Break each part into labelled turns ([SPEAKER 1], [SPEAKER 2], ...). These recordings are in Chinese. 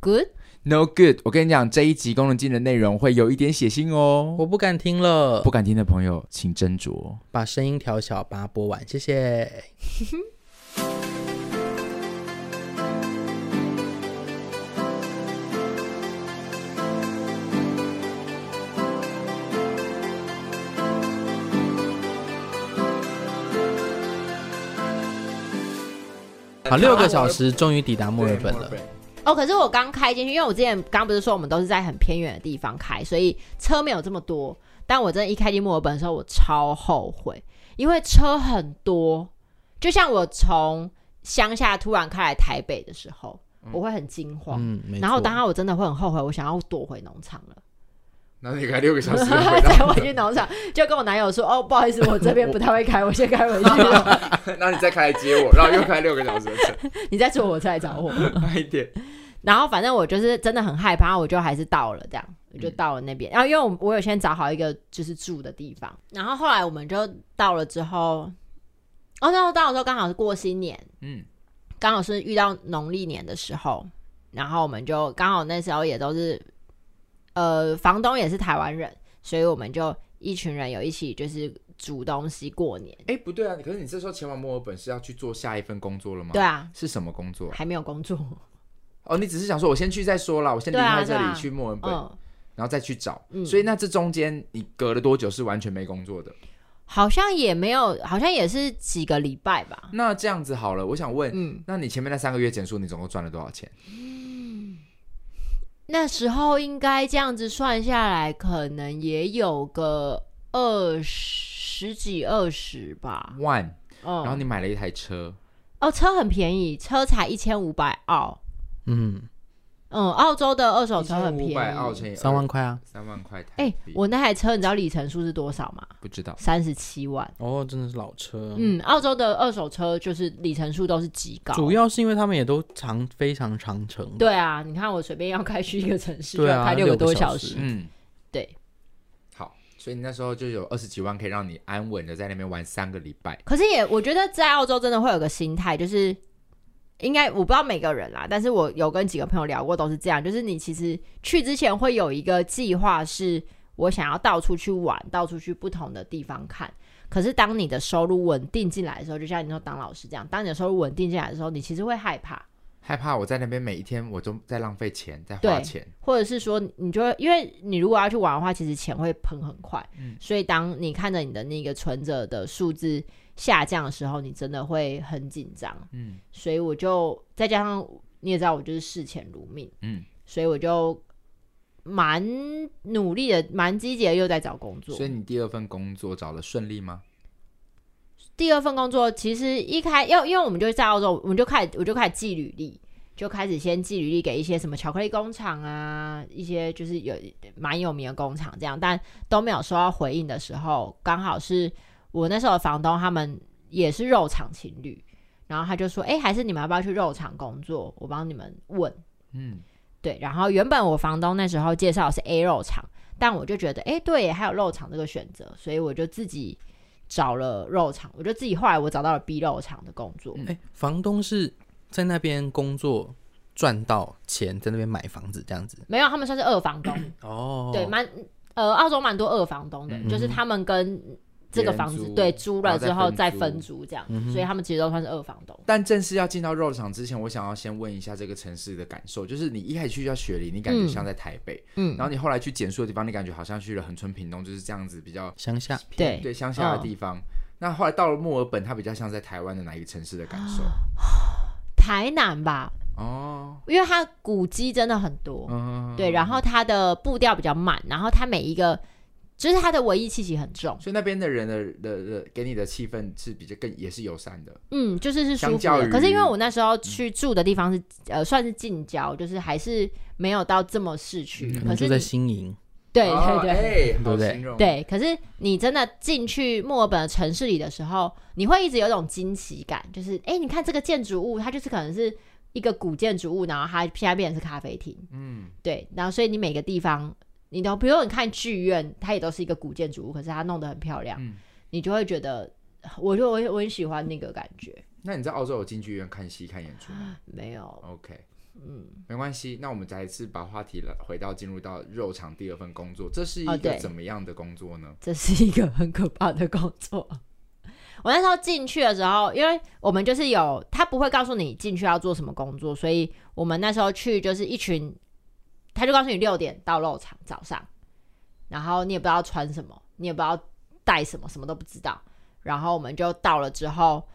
[SPEAKER 1] good。
[SPEAKER 2] No good，我跟你讲，这一集功能性的内容会有一点血腥哦，
[SPEAKER 3] 我不敢听了
[SPEAKER 2] 不，敢听的朋友请斟酌。
[SPEAKER 3] 把声音调小，把它播完，谢谢。好，六个小时终于抵达墨尔本了。
[SPEAKER 1] 哦，可是我刚开进去，因为我之前刚不是说我们都是在很偏远的地方开，所以车没有这么多。但我真的一开进墨尔本的时候，我超后悔，因为车很多。就像我从乡下突然开来台北的时候，我会很惊慌。
[SPEAKER 3] 嗯，没错
[SPEAKER 1] 然后当下我真的会很后悔，我想要躲回农场了，
[SPEAKER 2] 那你开六个小
[SPEAKER 1] 再回去农场，就跟我男友说：“哦，不好意思，我这边不太会开，我先开回 去了，
[SPEAKER 2] 然后你再开来接我，然后又开六个小时的 车，
[SPEAKER 1] 你再坐我车来找我。”
[SPEAKER 2] 慢一点。
[SPEAKER 1] 然后反正我就是真的很害怕，我就还是到了这样，我就到了那边。然后因为我我有先找好一个就是住的地方，然后后来我们就到了之后，哦，那我到的时候刚好是过新年，
[SPEAKER 2] 嗯，
[SPEAKER 1] 刚好是遇到农历年的时候，然后我们就刚好那时候也都是，呃，房东也是台湾人，所以我们就一群人有一起就是煮东西过年。
[SPEAKER 2] 哎，不对啊，可是你这时候前往墨尔本是要去做下一份工作了吗？
[SPEAKER 1] 对，啊，
[SPEAKER 2] 是什么工作？
[SPEAKER 1] 还没有工作，
[SPEAKER 2] 哦，你只是想说，我先去再说啦，我先离
[SPEAKER 1] 对啊
[SPEAKER 2] 开这
[SPEAKER 1] 对啊
[SPEAKER 2] 里去墨尔本，
[SPEAKER 1] 嗯，
[SPEAKER 2] 然后再去找。
[SPEAKER 1] 嗯
[SPEAKER 2] 所以那这中间你隔了多久是完全没工作的？
[SPEAKER 1] 好像也没有，好像也是几个礼拜吧，
[SPEAKER 2] 那这样子好了，我想问，
[SPEAKER 1] 嗯。
[SPEAKER 2] 那你前面那三个月减速，你总共赚了多少钱？
[SPEAKER 1] 那时候应该这样子算下来，可能也有个二十几二十吧。
[SPEAKER 2] 万，
[SPEAKER 1] 嗯，
[SPEAKER 2] 然后你买了一台车，
[SPEAKER 1] 哦，车很便宜，车才一千五百澳。
[SPEAKER 3] 嗯，
[SPEAKER 1] 嗯，澳洲的二手车很便
[SPEAKER 2] 五
[SPEAKER 1] 宜。
[SPEAKER 2] 百澳乘以
[SPEAKER 3] 三万块啊，
[SPEAKER 2] 三万块台
[SPEAKER 1] 哎、
[SPEAKER 2] 币。
[SPEAKER 1] 我那台车你知道里程数是多少吗？
[SPEAKER 2] 不知道，
[SPEAKER 1] 三十七万。
[SPEAKER 3] 哦，真的是老车。
[SPEAKER 1] 嗯，澳洲的二手车就是里程数都是极高。
[SPEAKER 3] 主要是因为他们也都长非常长程，
[SPEAKER 1] 对啊，你看我随便要开去一个城市，就
[SPEAKER 3] 对啊
[SPEAKER 1] 要开六
[SPEAKER 3] 六
[SPEAKER 1] 个
[SPEAKER 3] 个
[SPEAKER 1] 多
[SPEAKER 3] 小
[SPEAKER 1] 小
[SPEAKER 3] 时
[SPEAKER 1] 时。
[SPEAKER 2] 嗯，
[SPEAKER 1] 对，
[SPEAKER 2] 好，所以你那时候就有二十几万可以让你安稳的在那边玩三个礼拜。
[SPEAKER 1] 可是也，我觉得在澳洲真的会有个心态，就是应该我不知道每个人啦，但是我有跟几个朋友聊过，都是这样，就是你其实去之前会有一个计划，是我想要到处去玩，到处去不同的地方看。可是当你的收入稳定进来的时候，就像你说当老师这样，当你的收入稳定进来的时候，你其实会害怕，
[SPEAKER 2] 害怕我在那边每一天我都在浪费钱，在花
[SPEAKER 1] 对
[SPEAKER 2] 钱。
[SPEAKER 1] 或者是说你就会，因为你如果要去玩的话，其实钱会喷很快，
[SPEAKER 2] 嗯
[SPEAKER 1] 所以当你看着你的那个存折的数字下降的时候，你真的会很紧张。
[SPEAKER 2] 嗯
[SPEAKER 1] 所以我就再加上你也知道，我就是视钱如命，
[SPEAKER 2] 嗯，
[SPEAKER 1] 所以我就蛮努力的，蛮积极的，又在找工作
[SPEAKER 2] 所。以你第二份工作找的顺利吗？
[SPEAKER 1] 第二份工作其实一开，因为因为我们就在澳洲，我们就开始我就开始寄履历，就开始先寄履历给一些什么巧克力工厂啊，一些就是有蛮有名的工厂这样，但都没有收到回应的时候，刚好是我那时候的房东他们也是肉厂情侣，然后他就说，哎、还是你们要不要去肉厂工作？我帮你们问。
[SPEAKER 2] 嗯，
[SPEAKER 1] 对，然后原本我房东那时候介绍的是 A 肉厂，但我就觉得，哎，对耶，还有肉厂这个选择，所以我就自己找了肉厂，我就自己后来我找到了 B 肉厂的工作。
[SPEAKER 3] 哎、房东是在那边工作赚到钱，在那边买房子这样子。
[SPEAKER 1] 没有，他们算是二房东，
[SPEAKER 3] 哦
[SPEAKER 1] 对，蛮呃，澳洲蛮多二房东的，就是他们跟这个房
[SPEAKER 2] 别
[SPEAKER 1] 子
[SPEAKER 2] 人租
[SPEAKER 1] 对租了之
[SPEAKER 2] 然
[SPEAKER 1] 后
[SPEAKER 2] 后再
[SPEAKER 1] 再分
[SPEAKER 2] 分
[SPEAKER 1] 租这样，所以他们其实都算是二房东。
[SPEAKER 2] 但正式要进到肉场之前，我想要先问一下这个城市的感受，就是你一开始去到雪梨，你感觉
[SPEAKER 1] 嗯
[SPEAKER 2] 像在台北，
[SPEAKER 1] 嗯
[SPEAKER 2] 然后你后来去简述的地方，你感觉好像去了恒春、屏东，就是这样子比较
[SPEAKER 3] 乡下
[SPEAKER 1] 对
[SPEAKER 2] 对乡下
[SPEAKER 1] 嗯
[SPEAKER 2] 的地方。那后来到了墨尔本，它比较像在台湾的哪一个城市的感受？
[SPEAKER 1] 台南吧，
[SPEAKER 2] 哦，
[SPEAKER 1] 因为它古迹真的很多，
[SPEAKER 2] 嗯，
[SPEAKER 1] 对，然后它的步调比较慢，然后它每一个就是它的文艺气息很重。
[SPEAKER 2] 所以那边的人的的的给你的气氛是比较更也是友善的，
[SPEAKER 1] 嗯，就是是舒
[SPEAKER 2] 相
[SPEAKER 1] 服
[SPEAKER 2] 较
[SPEAKER 1] 的。
[SPEAKER 2] 于
[SPEAKER 1] 可是因为我那时候去住的地方是、呃算是近郊，就是还是没有到这么市区。
[SPEAKER 3] 可
[SPEAKER 2] 嗯
[SPEAKER 1] 可
[SPEAKER 3] 能住
[SPEAKER 1] 是你
[SPEAKER 3] 在新营，
[SPEAKER 1] 对
[SPEAKER 2] 哦
[SPEAKER 1] 对对、
[SPEAKER 2] 哎好
[SPEAKER 3] 对不对
[SPEAKER 2] 形容
[SPEAKER 1] 对，可是你真的进去墨尔本的城市里的时候，你会一直有一种惊奇感，就是哎、诶你看这个建筑物，它就是可能是一个古建筑物，然后它现在变成是咖啡厅。
[SPEAKER 2] 嗯，
[SPEAKER 1] 对，然后所以你每个地方，你都比如你看剧院，它也都是一个古建筑物，可是它弄得很漂亮，
[SPEAKER 2] 嗯
[SPEAKER 1] 你就会觉得，我就我我很喜欢那个感觉。
[SPEAKER 2] 那你在澳洲有进剧院看戏看演出吗
[SPEAKER 1] 没有，
[SPEAKER 2] ？OK，没关系，那我们再一次把话题来回到进入到肉场第二份工作，这是一
[SPEAKER 1] 哦
[SPEAKER 2] 个
[SPEAKER 1] 对
[SPEAKER 2] 怎么样的工作呢？
[SPEAKER 1] 这是一个很可怕的工作。我那时候进去的时候，因为我们就是有他不会告诉你进去要做什么工作，所以我们那时候去就是一群，他就告诉你六点到肉场早上，然后你也不知道穿什么，你也不知道带什么，什么都不知道。然后我们就到了之后，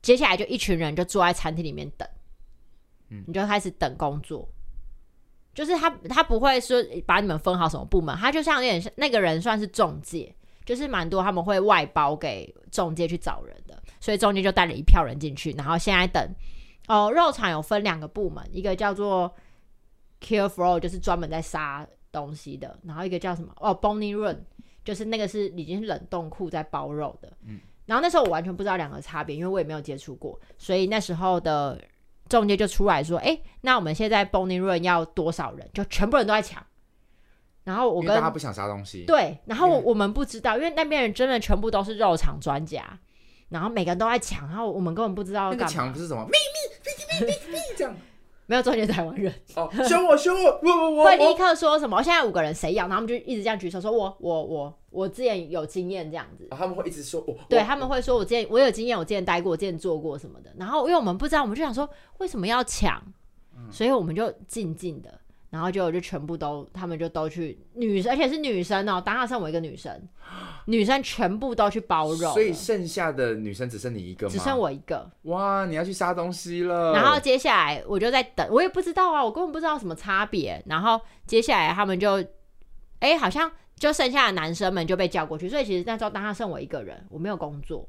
[SPEAKER 1] 接下来就一群人就坐在餐厅里面等，
[SPEAKER 2] 嗯
[SPEAKER 1] 你就开始等工作。就是他他不会说把你们分好什么部门，他就像有点像那个人算是中介，就是蛮多他们会外包给中介去找人的，所以中介就带了一票人进去，然后现在等哦，肉场有分两个部门，一个叫做 Kill Flow，就是专门在杀东西的，然后一个叫什么哦 Bonnie Run，就是那个是已经是冷冻库在包肉的，嗯，然后那时候我完全不知道两个差别，因为我也没有接触过，所以那时候的中介就出来说，哎，那我们现在 Bonnie Run 要多少人？就全部人都在抢。然后我
[SPEAKER 2] 因
[SPEAKER 1] 跟
[SPEAKER 2] 为大家不想杀东西，，
[SPEAKER 1] 对，然后我
[SPEAKER 2] 嗯
[SPEAKER 1] 我们不知道，因为那边人真的全部都是肉场专家，然后每个人都在抢，然后我们根本不知道要
[SPEAKER 2] 那个
[SPEAKER 1] 干嘛。
[SPEAKER 2] 墙不是什么咪咪咪咪咪咪咪这样，
[SPEAKER 1] 没有中介台湾人
[SPEAKER 2] 哦，凶我凶我我 我我
[SPEAKER 1] 会立
[SPEAKER 2] 我，
[SPEAKER 1] 刻说什么？哦现在五个人谁要？然后他们就一直这样举手说我我我我之前有经验这样子。
[SPEAKER 2] 哦他们会一直说我，
[SPEAKER 1] 对
[SPEAKER 2] 我
[SPEAKER 1] 他们会说，我之前我有经验，我之前待过，我之前做过什么的。然后因为我们不知道，我们就想说为什么要抢，
[SPEAKER 2] 嗯
[SPEAKER 1] 所以我们就静静的，然后就就全部都，他们就都去女生，而且是女生哦，当下剩我一个女生，女生全部都去包肉了，
[SPEAKER 2] 所以剩下的女生只剩你一个吗？嗯
[SPEAKER 1] 只剩我一个。
[SPEAKER 2] 哇，你要去杀东西了，
[SPEAKER 1] 然后接下来我就在等，我也不知道啊，我根本不知道什么差别。然后接下来他们就，哎、好像就剩下的男生们就被叫过去，所以其实那时候当他剩我一个人，我没有工作，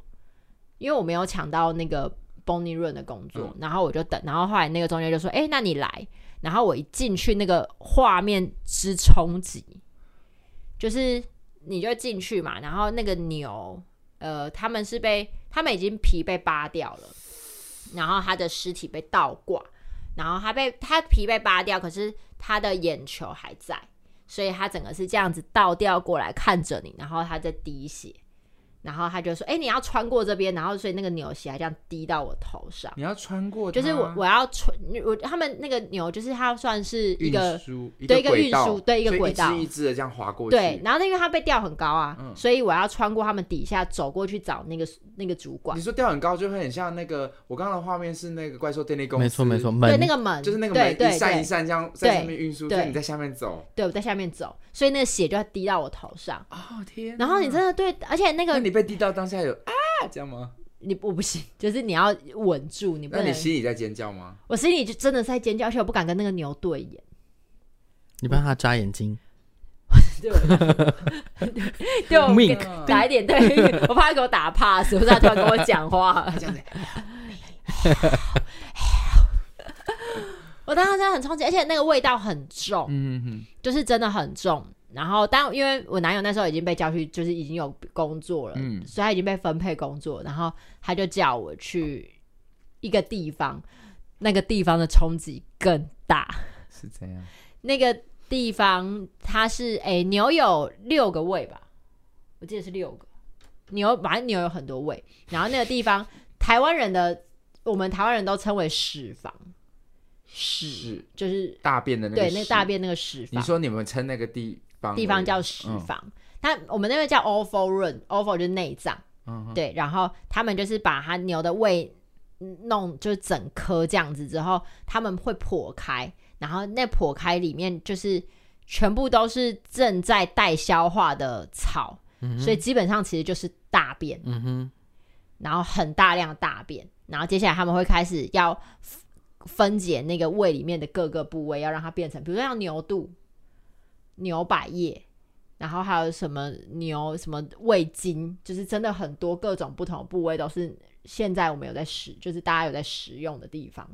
[SPEAKER 1] 因为我没有抢到那个 Bonnie Run 的工作，
[SPEAKER 2] 嗯
[SPEAKER 1] 然后我就等，然后后来那个中介就说，哎、那你来。然后我一进去，那个画面之冲击，就是你就进去嘛，然后那个牛，呃，他们是被他们已经皮被扒掉了，然后他的尸体被倒挂，然后他被他皮被扒掉，可是他的眼球还在，所以他整个是这样子倒吊过来看着你，然后他在滴血，然后他就说：“哎、你要穿过这边。”然后所以那个牛血还这样滴到我头上，
[SPEAKER 2] 你要穿过它，
[SPEAKER 1] 就是我我要穿我他们那个牛就是它算是一
[SPEAKER 2] 运
[SPEAKER 1] 个
[SPEAKER 2] 输
[SPEAKER 1] 对一个
[SPEAKER 2] 轨
[SPEAKER 1] 运
[SPEAKER 2] 道
[SPEAKER 1] 输对一个
[SPEAKER 2] 所以
[SPEAKER 1] 轨道
[SPEAKER 2] 一只一只的这样划过去，
[SPEAKER 1] 对，，然后那因为它被吊很高啊，
[SPEAKER 2] 嗯
[SPEAKER 1] 所以我要穿过他们底下走过去找那个那个主管
[SPEAKER 2] 你，说吊很高就会很像那个，我刚刚的画面是那个怪兽电力公司，
[SPEAKER 3] 没错没错，，门
[SPEAKER 1] 对那个门，
[SPEAKER 2] 就是那个
[SPEAKER 1] 对
[SPEAKER 2] 门
[SPEAKER 1] 对
[SPEAKER 2] 一扇
[SPEAKER 1] 对
[SPEAKER 2] 一扇这样在
[SPEAKER 1] 对
[SPEAKER 2] 上面运输，
[SPEAKER 1] 对
[SPEAKER 2] 所以你在下面走。
[SPEAKER 1] 对，我在下面走，所以那个血就滴到我头上。
[SPEAKER 2] 哦天哪！
[SPEAKER 1] 然后你真的对，而且那
[SPEAKER 2] 那
[SPEAKER 1] 个
[SPEAKER 2] 你被滴到当下有啊这样吗？
[SPEAKER 1] 你我不行，就是你要稳住，你不
[SPEAKER 2] 那
[SPEAKER 1] 能
[SPEAKER 2] 你。心里在尖叫吗？
[SPEAKER 1] 我心里就真的是在尖叫，而且我不敢跟那个牛 对眼。
[SPEAKER 3] 你帮他眨眼睛，
[SPEAKER 1] 对，我 对，我
[SPEAKER 3] Wink
[SPEAKER 1] 给嗯打一点对，我怕他给我打怕，是不是？他突然跟我讲话，
[SPEAKER 2] 这样子，
[SPEAKER 1] 我当时真的很冲击，而且那个味道很重。
[SPEAKER 2] 嗯哼
[SPEAKER 1] 就是真的很重。然后，但因为我男友那时候已经被叫去，就是已经有工作了，
[SPEAKER 2] 嗯
[SPEAKER 1] 所以他已经被分配工作，然后他就叫我去一个地方，那个地方的冲击更大。
[SPEAKER 2] 哼，是这样。
[SPEAKER 1] 那个地方它是诶、牛有六个胃吧，我记得是六个牛，反正牛有很多胃。然后那个地方，台湾人的我们台湾人都称为屎房，屎
[SPEAKER 2] 是
[SPEAKER 1] 就是
[SPEAKER 2] 大便的那个
[SPEAKER 1] 对那
[SPEAKER 2] 屎
[SPEAKER 1] 大，便那个屎
[SPEAKER 2] 你
[SPEAKER 1] 房。
[SPEAKER 2] 说你们称那个地方
[SPEAKER 1] 地方
[SPEAKER 2] 为嗯
[SPEAKER 1] 叫食房，那我们那边叫 o f o r o o o f o 就是内脏，
[SPEAKER 2] 嗯哼
[SPEAKER 1] 对，然后他们就是把它牛的胃弄就是整颗这样子之后，他们会剖开，然后那剖开里面就是全部都是正在待消化的草，
[SPEAKER 2] 嗯
[SPEAKER 1] 所以基本上其实就是大便，
[SPEAKER 3] 嗯哼，
[SPEAKER 1] 然后很大量的大便，然后接下来他们会开始要分分解那个胃里面的各个部位，要让它变成，比如说像牛肚、牛百叶，然后还有什么牛什么胃经，就是真的很多各种不同的部位都是现在我们有在使，就是大家有在使用的地方，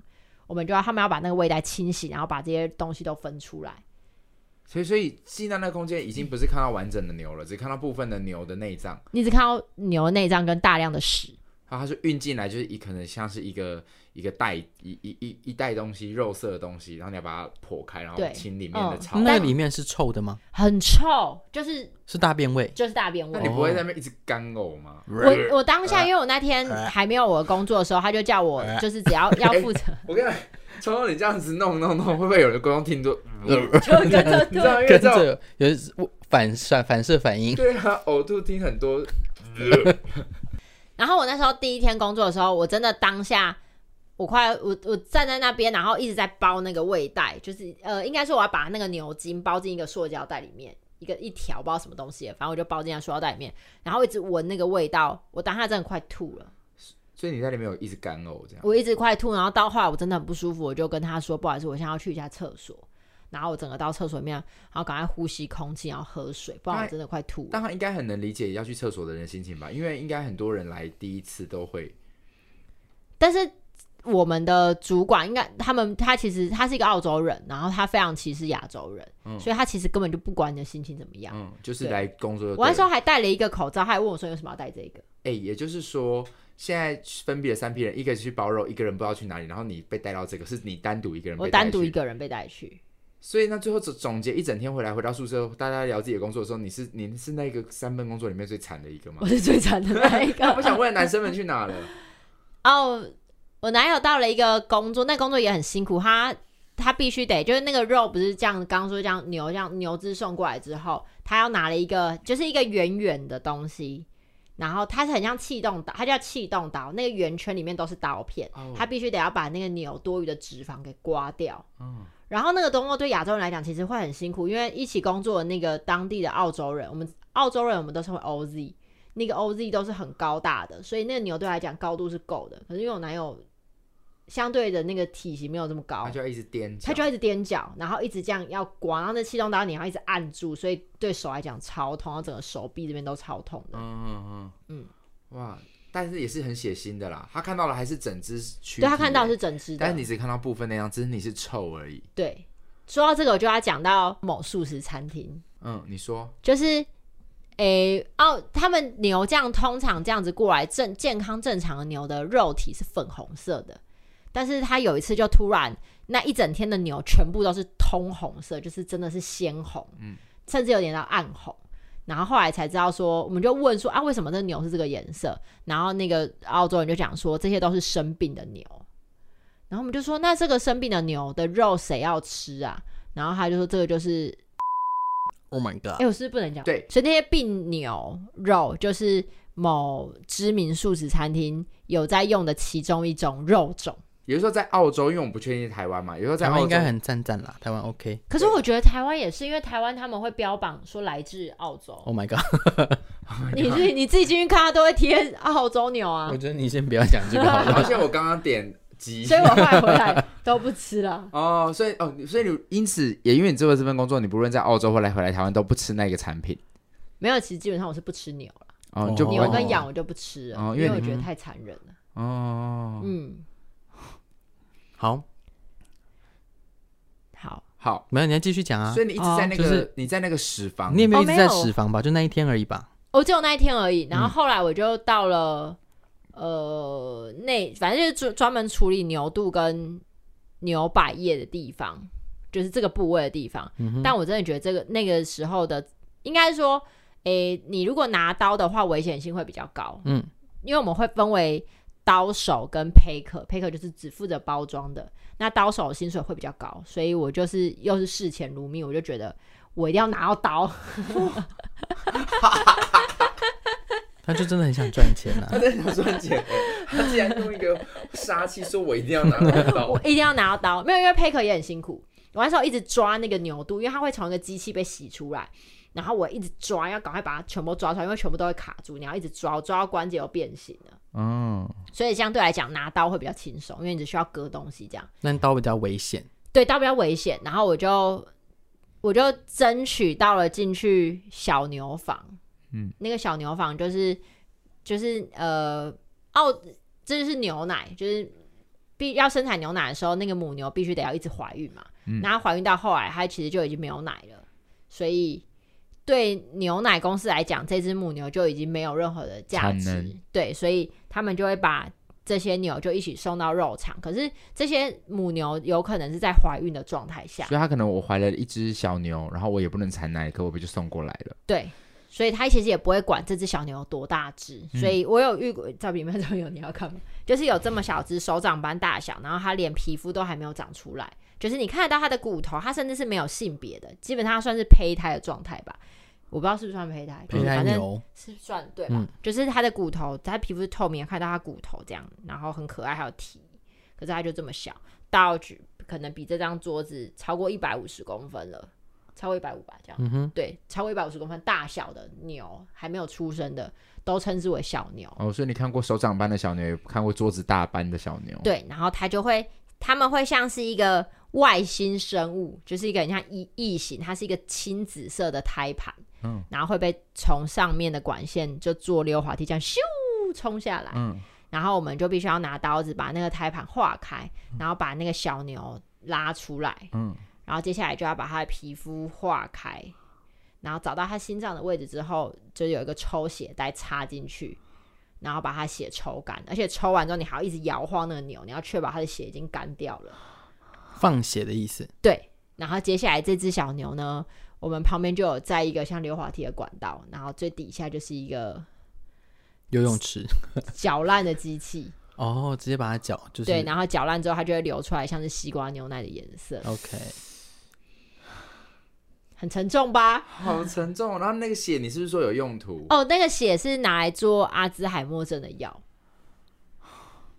[SPEAKER 1] 我们就要他们要把那个胃袋清洗，然后把这些东西都分出来。
[SPEAKER 2] 所以所以进到那个空间已经不是看到完整的牛了，只看到部分的牛的内脏，
[SPEAKER 1] 你只看到牛内脏跟大量的屎，
[SPEAKER 2] 然后它就运进来，就是一可能像是一个一个袋一一一一袋东西肉色的东西，然后你要把它剖开，然后
[SPEAKER 1] 对
[SPEAKER 2] 清里面的
[SPEAKER 1] 嗯
[SPEAKER 2] 草。
[SPEAKER 3] 那
[SPEAKER 1] 但
[SPEAKER 3] 个里面是臭的吗？
[SPEAKER 1] 很臭，就是
[SPEAKER 3] 是大便味，
[SPEAKER 1] 就是大便
[SPEAKER 2] 那
[SPEAKER 1] 味
[SPEAKER 2] 你。
[SPEAKER 3] 哦
[SPEAKER 2] 不会在那边一直干呕吗？
[SPEAKER 1] 我我当下，因为我那天还没有我的工作的时候，他就叫我就是只要要负责，
[SPEAKER 2] 我跟你讲，超超，你这样子弄弄弄，会不会有人观众听着？
[SPEAKER 1] 就就就
[SPEAKER 2] 你知道，因为这
[SPEAKER 3] 跟
[SPEAKER 2] 种
[SPEAKER 3] 着有反射反射反 应，
[SPEAKER 2] 对啊，呕吐听很多，
[SPEAKER 1] 然后我那时候第一天工作的时候，我真的当下我快我我站在那边，然后一直在包那个胃袋，就是呃，应该说我要把那个牛筋包进一个塑胶袋里面，一个一条不知道什么东西的，反正我就包进那塑胶袋里面，然后一直闻那个味道，我当下真的快吐了，
[SPEAKER 2] 所以你在里面有一直干呕这样。
[SPEAKER 1] 我一直快吐，然后到后来我真的很不舒服，我就跟他说不好意思，我现在要去一下厕所。然后我整个到厕所里面，然后赶快呼吸空气，然后喝水，不然我真的快吐了。
[SPEAKER 2] 但他应该很能理解要去厕所的人的心情吧，因为应该很多人来第一次都会，
[SPEAKER 1] 但是我们的主管应该他们他其实他是一个澳洲人，然后他非常歧视亚洲人，
[SPEAKER 2] 嗯
[SPEAKER 1] 所以他其实根本就不管你的心情怎么样。
[SPEAKER 2] 嗯，就是
[SPEAKER 1] 对
[SPEAKER 2] 来工作就对了。
[SPEAKER 1] 我那时候还戴了一个口罩，他还问我说你为什么要戴这个？
[SPEAKER 2] 哎、也就是说，现在分别了三批人，一个去包肉，一个人不知道去哪里，然后你被带到这个，是你单独一个人被
[SPEAKER 1] 我
[SPEAKER 2] 带
[SPEAKER 1] 单独
[SPEAKER 2] 去
[SPEAKER 1] 一。个人被带去，
[SPEAKER 2] 所以那最后总总结一整天回来，回到宿舍，大家聊自己的工作的时候，你是你是那个三份工作里面最惨的一个吗
[SPEAKER 1] 我？是最惨的那一
[SPEAKER 2] 那我
[SPEAKER 1] 个。
[SPEAKER 2] 想问男生们去哪了？
[SPEAKER 1] 哦，我男友到了一个工作，那工作也很辛苦，他。他必须得，就是那个肉不是这样，刚刚说这样牛这样牛脂送过来之后，他要拿了一个就是一个圆圆的东西，然后它是很像气动刀，它叫气动刀，那个圆圈里面都是刀片，
[SPEAKER 2] 哦
[SPEAKER 1] 他必须得要把那个牛多余的脂肪给刮掉。
[SPEAKER 2] 嗯
[SPEAKER 1] 然后那个动作对亚洲人来讲其实会很辛苦，因为一起工作的那个当地的澳洲人，我们澳洲人我们都称为 OZ，那个 OZ 都是很高大的，所以那个牛对他来讲高度是够的。可是因为我男友相对的那个体型没有这么高
[SPEAKER 2] 他，就要一直踮脚，
[SPEAKER 1] 他就一直踮脚，然后一直这样要刮，然后那气动刀你要一直按住，所以对手来讲超痛，然后整个手臂这边都超痛的。
[SPEAKER 2] 嗯嗯嗯
[SPEAKER 1] 嗯
[SPEAKER 2] 哇！但是也是很血腥的啦，他看到了还是整只躯体，欸
[SPEAKER 1] 对他看到的是，整只的，
[SPEAKER 2] 但是你只看到部分那样，只是你是臭而已。
[SPEAKER 1] 对，说到这个，我就要讲到某素食餐厅，
[SPEAKER 2] 嗯，你说
[SPEAKER 1] 就是，诶、哦，他们牛这样通常这样子过来，正健康正常的牛的肉体是粉红色的，但是他有一次就突然那一整天的牛全部都是通红色，就是真的是鲜红，
[SPEAKER 2] 嗯
[SPEAKER 1] 甚至有点到暗红。然后后来才知道说，我们就问说啊，为什么这牛是这个颜色？然后那个澳洲人就讲说，这些都是生病的牛。然后我们就说，那这个生病的牛的肉谁要吃啊？然后他就说，这个就是
[SPEAKER 3] ，Oh my
[SPEAKER 1] 哎、
[SPEAKER 3] god，
[SPEAKER 1] 我是不是不能讲？
[SPEAKER 2] 对
[SPEAKER 1] 所以那些病牛肉就是某知名素食餐厅有在用的其中一种肉种。
[SPEAKER 2] 有时候在澳洲，因为我们不确定台湾嘛，有时候在
[SPEAKER 3] 台
[SPEAKER 2] 澳
[SPEAKER 3] 湾
[SPEAKER 2] 洲
[SPEAKER 3] 应该很赞赞啦，台湾 OK，Oh
[SPEAKER 1] 可是我觉得台湾也是，因为台湾他们会标榜说来自 澳洲，
[SPEAKER 2] 哦
[SPEAKER 3] Oh my god，
[SPEAKER 1] 你自己你自己进去看，他都会贴澳洲牛啊
[SPEAKER 3] 我，觉得你先不要讲这个 好了，
[SPEAKER 2] 而且我刚刚点鸡
[SPEAKER 1] 所以我后来回来 都不吃了。
[SPEAKER 2] 哦，所以哦，所以你因此也因为你做了这份工作，你不论在澳洲或来回来台湾都不吃那个产品
[SPEAKER 1] 没有，其实基本上我是不吃牛了，
[SPEAKER 2] 哦，
[SPEAKER 3] 哦
[SPEAKER 2] 你就不
[SPEAKER 1] 牛
[SPEAKER 2] 会
[SPEAKER 1] 跟羊我就不吃了，
[SPEAKER 2] 哦因为
[SPEAKER 1] 因为我
[SPEAKER 2] 你
[SPEAKER 1] 觉得
[SPEAKER 2] 们
[SPEAKER 1] 太残忍了。
[SPEAKER 2] 哦，
[SPEAKER 1] 嗯，
[SPEAKER 3] 好，
[SPEAKER 1] 好，
[SPEAKER 2] 好，
[SPEAKER 3] 没有，你要继续讲啊
[SPEAKER 2] 所，以你一直在那
[SPEAKER 3] 哦就
[SPEAKER 2] 个
[SPEAKER 3] 是
[SPEAKER 2] 你在那个屎房
[SPEAKER 3] 你也没有
[SPEAKER 1] 哦
[SPEAKER 3] 一直
[SPEAKER 1] 没
[SPEAKER 3] 在
[SPEAKER 1] 有
[SPEAKER 3] 脂肪吧，就那一天而已吧，
[SPEAKER 1] 哦我只有那一天而已。
[SPEAKER 3] 嗯
[SPEAKER 1] 然后后来我就到了、呃那反正就是专专门处理牛肚跟牛百叶的地方，就是这个部位的地方。
[SPEAKER 3] 嗯哼，
[SPEAKER 1] 但我真的觉得这个那个时候的，应该说，诶、你如果拿刀的话，危险性会比较高，
[SPEAKER 3] 嗯，
[SPEAKER 1] 因为我们会分为刀手跟 packer，packer 就是只负责包装的，那刀手的薪水会比较高，所以我就是又是视钱如命，我就觉得我一定要拿到刀，
[SPEAKER 3] 他就真的很想赚钱啊
[SPEAKER 2] 他，在想赚钱， 他竟然用一个杀气说：“我一定要拿得到
[SPEAKER 3] 哦
[SPEAKER 1] 我。一定要拿到刀，没有，因为 packer 也很辛苦。我那时候一直抓那个牛肚，因为它会从一个机器被洗出来，然后我一直抓，要赶快把它全部抓出来，因为全部都会卡住，你要一直抓，我抓到关节又变形了。”
[SPEAKER 2] 嗯，
[SPEAKER 1] 所以相对来讲，拿刀会比较轻松，因为你只需要割东西这样。
[SPEAKER 3] 那刀比较危险，
[SPEAKER 1] 对，刀比较危险，然后我就我就争取到了进去小牛房。
[SPEAKER 2] 嗯，
[SPEAKER 1] 那个小牛房就是就是呃，澳这就是牛奶，就是必要生产牛奶的时候，那个母牛必须得要一直怀孕嘛。
[SPEAKER 2] 嗯
[SPEAKER 1] 然后怀孕到后来，它其实就已经没有奶了，所以。对牛奶公司来讲，这只母牛就已经没有任何的价
[SPEAKER 2] 产
[SPEAKER 1] 值
[SPEAKER 2] 能，
[SPEAKER 1] 对，所以他们就会把这些牛就一起送到肉场。可是这些母牛有可能是在怀孕的状态下，
[SPEAKER 2] 啊所以他可能我怀了一只小牛，然后我也不能产奶，可我不就送过来了？
[SPEAKER 1] 对，所以他其实也不会管这只小牛有多大只。所以我有遇过照片里面都有，你要看吗？就是有这么小只，手掌般大小，然后它连皮肤都还没有长出来，就是你看得到它的骨头，它甚至是没有性别的，基本上它算是胚胎的状态吧。我不知道是不是算胚胎，
[SPEAKER 3] 胚胎
[SPEAKER 1] 反正
[SPEAKER 3] 牛，
[SPEAKER 1] 是算对吧？
[SPEAKER 3] 嗯
[SPEAKER 1] 就是它的骨头，它皮肤是透明，看到它骨头这样，然后很可爱，还有蹄，可是它就这么小，到举可能比这张桌子超过一百五十公分了，超过一百五吧，这样，
[SPEAKER 3] 嗯哼，
[SPEAKER 1] 对，超过一百五十公分大小的牛，还没有出生的，都称之为小牛。
[SPEAKER 2] 哦，所以你看过手掌般的小牛，也看过桌子大般的小牛。，
[SPEAKER 1] 对，然后它就会，他们会像是一个外星生物，就是一个很像异异形，它是一个青紫色的胎盘，
[SPEAKER 2] 嗯，
[SPEAKER 1] 然后会被从上面的管线就坐溜滑梯这样咻冲下来，
[SPEAKER 2] 嗯，
[SPEAKER 1] 然后我们就必须要拿刀子把那个胎盘划开，然后把那个小牛拉出来，
[SPEAKER 2] 嗯，
[SPEAKER 1] 然后接下来就要把它的皮肤划开，然后找到它心脏的位置之后，就有一个抽血带插进去，然后把它血抽干，而且抽完之后你还要一直摇晃那个牛，你要确保它的血已经干掉了。
[SPEAKER 3] 放血的意思，
[SPEAKER 1] 对，然后接下来这只小牛呢，我们旁边就有在一个像溜滑梯的管道，然后最底下就是一个
[SPEAKER 3] 游泳池。
[SPEAKER 1] 搅烂的机器，
[SPEAKER 3] 哦，直接把它搅，就是
[SPEAKER 1] 对，然后搅烂之后它就会流出来像是西瓜牛奶的颜色，
[SPEAKER 3] OK，
[SPEAKER 1] 很沉重吧？
[SPEAKER 2] 好沉重哦。然后那个血，你是不是说有用途？
[SPEAKER 1] 哦，那个血是拿来做阿兹海默症的药。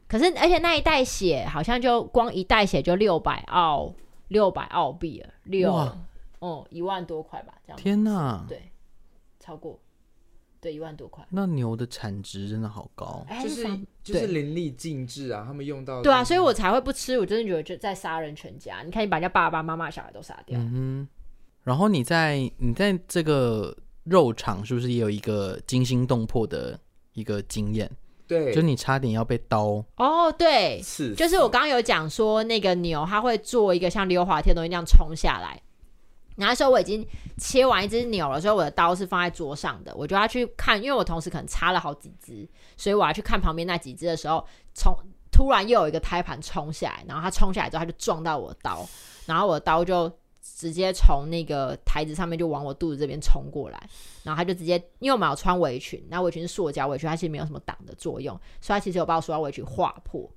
[SPEAKER 1] 可是，而且那一袋血好像就光一袋血就六百澳六百澳币了，六
[SPEAKER 3] 哇
[SPEAKER 1] 哦一万多块吧，这样
[SPEAKER 3] 天哪，
[SPEAKER 1] 对，超过对一万多块，
[SPEAKER 3] 那牛的产值真的好高，
[SPEAKER 1] 哎
[SPEAKER 2] 就是
[SPEAKER 1] 反
[SPEAKER 2] 就是
[SPEAKER 1] 对
[SPEAKER 2] 淋漓尽致啊，他们用到
[SPEAKER 1] 对啊，所以我才会不吃，我真的觉得就在杀人全家。你看，你把人家爸爸妈妈小孩都杀掉，
[SPEAKER 3] 嗯哼。然后你在你在这个肉场是不是也有一个惊心动魄的一个经验？就是
[SPEAKER 2] 对
[SPEAKER 3] 你差点要被 刀，
[SPEAKER 1] 哦，对，
[SPEAKER 2] 刺死，
[SPEAKER 1] 就是我刚刚有讲说，那个牛它会做一个像溜滑梯的东西那样冲下来。然后那时候我已经切完一只牛了，所以我的刀是放在桌上的，我就要去看，因为我同时可能插了好几只，所以我要去看旁边那几只的时候，从突然又有一个胎盘冲下来，然后它冲下来之后，它就撞到我的刀，然后我的刀就直接从那个台子上面就往我肚子这边冲过来，然后它就直接，因为我们有穿围裙，那围裙是塑胶围裙，它其实没有什么挡的作用，所以它其实有把我塑胶围裙划破，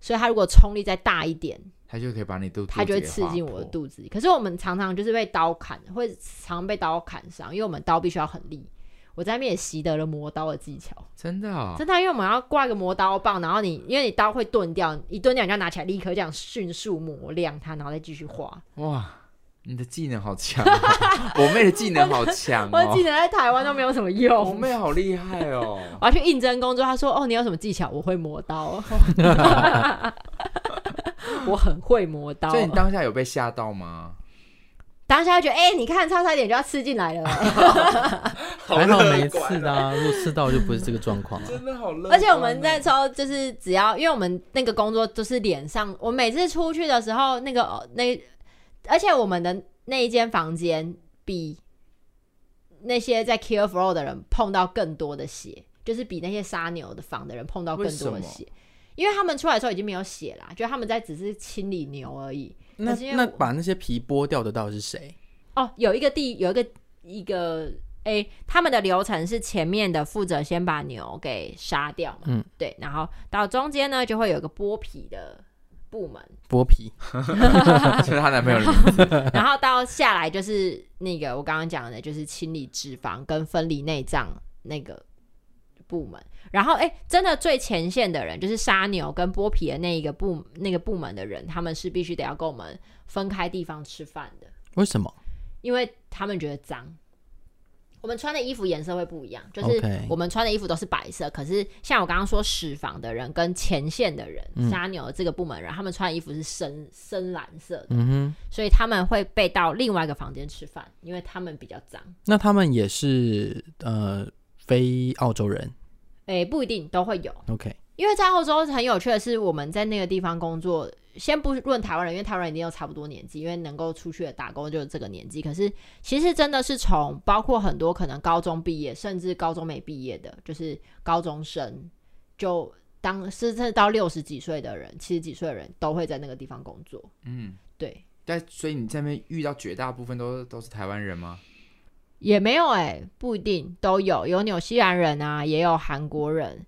[SPEAKER 1] 所以它如果冲力再大一点，
[SPEAKER 2] 他就可以把你肚，
[SPEAKER 1] 它就会
[SPEAKER 2] 肚子
[SPEAKER 1] 刺
[SPEAKER 2] 给划
[SPEAKER 1] 进我的
[SPEAKER 2] 破。
[SPEAKER 1] 肚子里。可是我们常常就是被刀砍，会常常被刀砍伤，因为我们刀必须要很利。我在那边也习得了磨刀的技巧，
[SPEAKER 2] 真的哦，
[SPEAKER 1] 真的啊，因为我们要挂一个磨刀棒，然后你因为你刀会钝掉，一钝掉你就要拿起来立刻这样迅速磨亮它，然后再继续画。
[SPEAKER 2] 哇，你的技能好强哦！ 我妹的技能好强
[SPEAKER 1] 我记
[SPEAKER 2] 哦，
[SPEAKER 1] 得在台湾都没有什么
[SPEAKER 2] 我
[SPEAKER 1] 用。
[SPEAKER 2] 妹好厉害哦。
[SPEAKER 1] 我要去应征工作，他说：“哦，你有什么技巧？我会磨刀， 我很会磨刀。”
[SPEAKER 2] 所以你当下有被吓到吗？
[SPEAKER 1] 当下就觉得，哎、你看差差一点就要吃进来了，
[SPEAKER 3] 还好没
[SPEAKER 2] 乐观
[SPEAKER 3] 刺的啊，如果刺到就不是这个状况 了。
[SPEAKER 2] 真的好乐观哦。
[SPEAKER 1] 而且我们 那时候就是只要，因为我们那个工作都是脸上，我每次出去的时候，那个呃那，而且我们的那一间房间比那些在 Kill Flow 的人碰到更多的血，就是比那些杀牛的房的人碰到更多
[SPEAKER 2] 为什
[SPEAKER 1] 的
[SPEAKER 2] 么
[SPEAKER 1] 血，因为他们出来的时候已经没有血啦，就他们在只是清理牛而已。
[SPEAKER 3] 那
[SPEAKER 1] 可是因为
[SPEAKER 3] 那
[SPEAKER 1] 我
[SPEAKER 3] 把那些皮剥掉的到底是谁？
[SPEAKER 1] 哦，有一个地有一个一个诶，他们的流程是前面的负责先把牛给杀掉嘛，
[SPEAKER 3] 嗯
[SPEAKER 1] 对，然后到中间呢就会有一个剥皮的部门，
[SPEAKER 3] 剥皮，
[SPEAKER 2] 就是她男朋友里面，
[SPEAKER 1] 然后到下来就是那个我刚刚讲的，就是清理脂肪跟分离内脏那个部门。然后，哎，真的最前线的人就是杀牛跟剥皮的那一个部那个部门的人，他们是必须得要跟我们分开地方吃饭的。
[SPEAKER 3] 为什么？
[SPEAKER 1] 因为他们觉得脏。我们穿的衣服颜色会不一样，就是
[SPEAKER 3] OK
[SPEAKER 1] 我们穿的衣服都是白色，可是像我刚刚说，屎房的人跟前线的人，杀牛这个部门人，他们穿的衣服是深深蓝色的，
[SPEAKER 3] 嗯哼，
[SPEAKER 1] 所以他们会被到另外一个房间吃饭，因为他们比较脏。
[SPEAKER 3] 那他们也是呃非澳洲人
[SPEAKER 1] 诶、不一定都会有，
[SPEAKER 3] ，OK，
[SPEAKER 1] 因为在澳洲很有趣的是，我们在那个地方工作，先不论台湾人，因为台湾人一定都差不多年纪，因为能够出去的打工就是这个年纪。可是其实真的是从包括很多可能高中毕业，甚至高中没毕业的，就是高中生，就当是甚至到六十几岁的人、七十几岁的人都会在那个地方工作。
[SPEAKER 2] 嗯，
[SPEAKER 1] 对，
[SPEAKER 2] 但所以你在那边遇到绝大部分都都是台湾人吗？
[SPEAKER 1] 也没有哎、不一定都有，有纽西兰人啊，也有韩国人。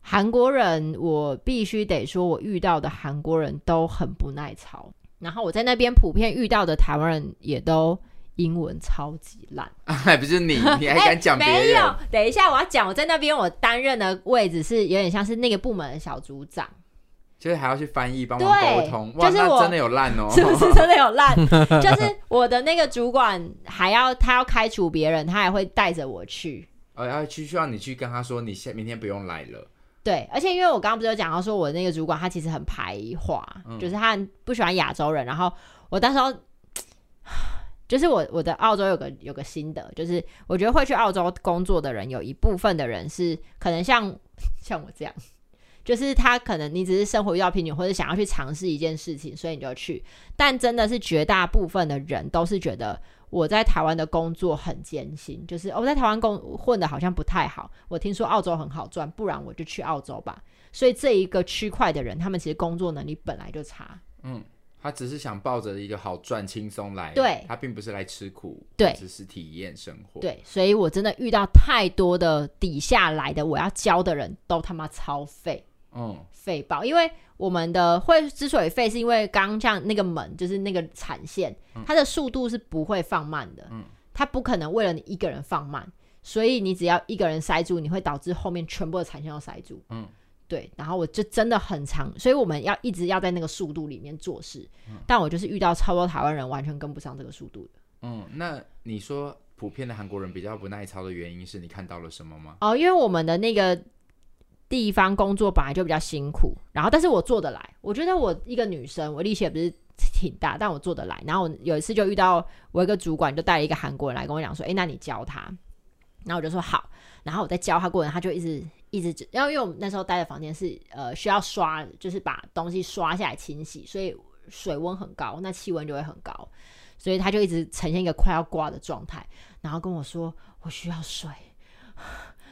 [SPEAKER 1] 韩国人，我必须得说，我遇到的韩国人都很不耐操。然后我在那边普遍遇到的台湾人也都英文超级烂。
[SPEAKER 2] 还不是你，你还
[SPEAKER 1] 哎，
[SPEAKER 2] 敢讲别人？
[SPEAKER 1] 没有，等一下我要讲，我在那边我担任的位置是有点像是那个部门的小组长，
[SPEAKER 2] 就是还要去翻译帮忙
[SPEAKER 1] 对
[SPEAKER 2] 沟通，哇，
[SPEAKER 1] 就是
[SPEAKER 2] 那
[SPEAKER 1] 我
[SPEAKER 2] 真的有烂哦，
[SPEAKER 1] 是不是真的有 烂？就是我的那个主管还要他要开除别人，他还会带着我去。
[SPEAKER 2] 呃，要去需要你去跟他说，你现明天不用来了，
[SPEAKER 1] 对，而且因为我刚刚不是有讲到说，我那个主管他其实很排华，
[SPEAKER 2] 嗯
[SPEAKER 1] 就是他很不喜欢亚洲人。然后我当时候，就是我我的澳洲有个有个心得，就是我觉得会去澳洲工作的人，有一部分的人是可能像像我这样，就是他可能你只是生活遇到瓶颈，或者想要去尝试一件事情，所以你就去。但真的是绝大部分的人都是觉得我在台湾的工作很艰辛，就是、哦、我在台湾工混的好像不太好。我听说澳洲很好赚，不然我就去澳洲吧。所以这一个区块的人，他们其实工作能力本来就差，
[SPEAKER 2] 他只是想抱着一个好赚轻松来，
[SPEAKER 1] 对
[SPEAKER 2] 他并不是来吃苦，
[SPEAKER 1] 对
[SPEAKER 2] 只是体验生活，，
[SPEAKER 1] 对，所以我真的遇到太多的底下来的我要教的人都他妈超废。
[SPEAKER 2] 嗯，
[SPEAKER 1] 废爆，因为我们的会之所以废，是因为刚刚像那个门，就是那个产线，它的速度是不会放慢的，它不可能为了你一个人放慢，所以你只要一个人塞住，你会导致后面全部的产线都塞住，
[SPEAKER 2] 嗯
[SPEAKER 1] 对，然后我就真的很长，所以我们要一直要在那个速度里面做事，但我就是遇到超多台湾人完全跟不上这个速度的。
[SPEAKER 2] 嗯，那你说普遍的韩国人比较不耐操的原因是你看到了什么 吗？
[SPEAKER 1] 哦，因为我们的那个地方工作本来就比较辛苦，然后但是我做得来，我觉得我一个女生，我力气也不是挺大，但我做得来。然后我有一次就遇到我一个主管，就带了一个韩国人来跟我讲说，诶，那你教他。然后我就说好，然后我在教他过程，他就一直一直就，然后因为我们那时候待的房间是呃需要刷，就是把东西刷下来清洗，所以水温很高，那气温就会很高，所以他就一直呈现一个快要挂的状态，然后跟我说我需要水，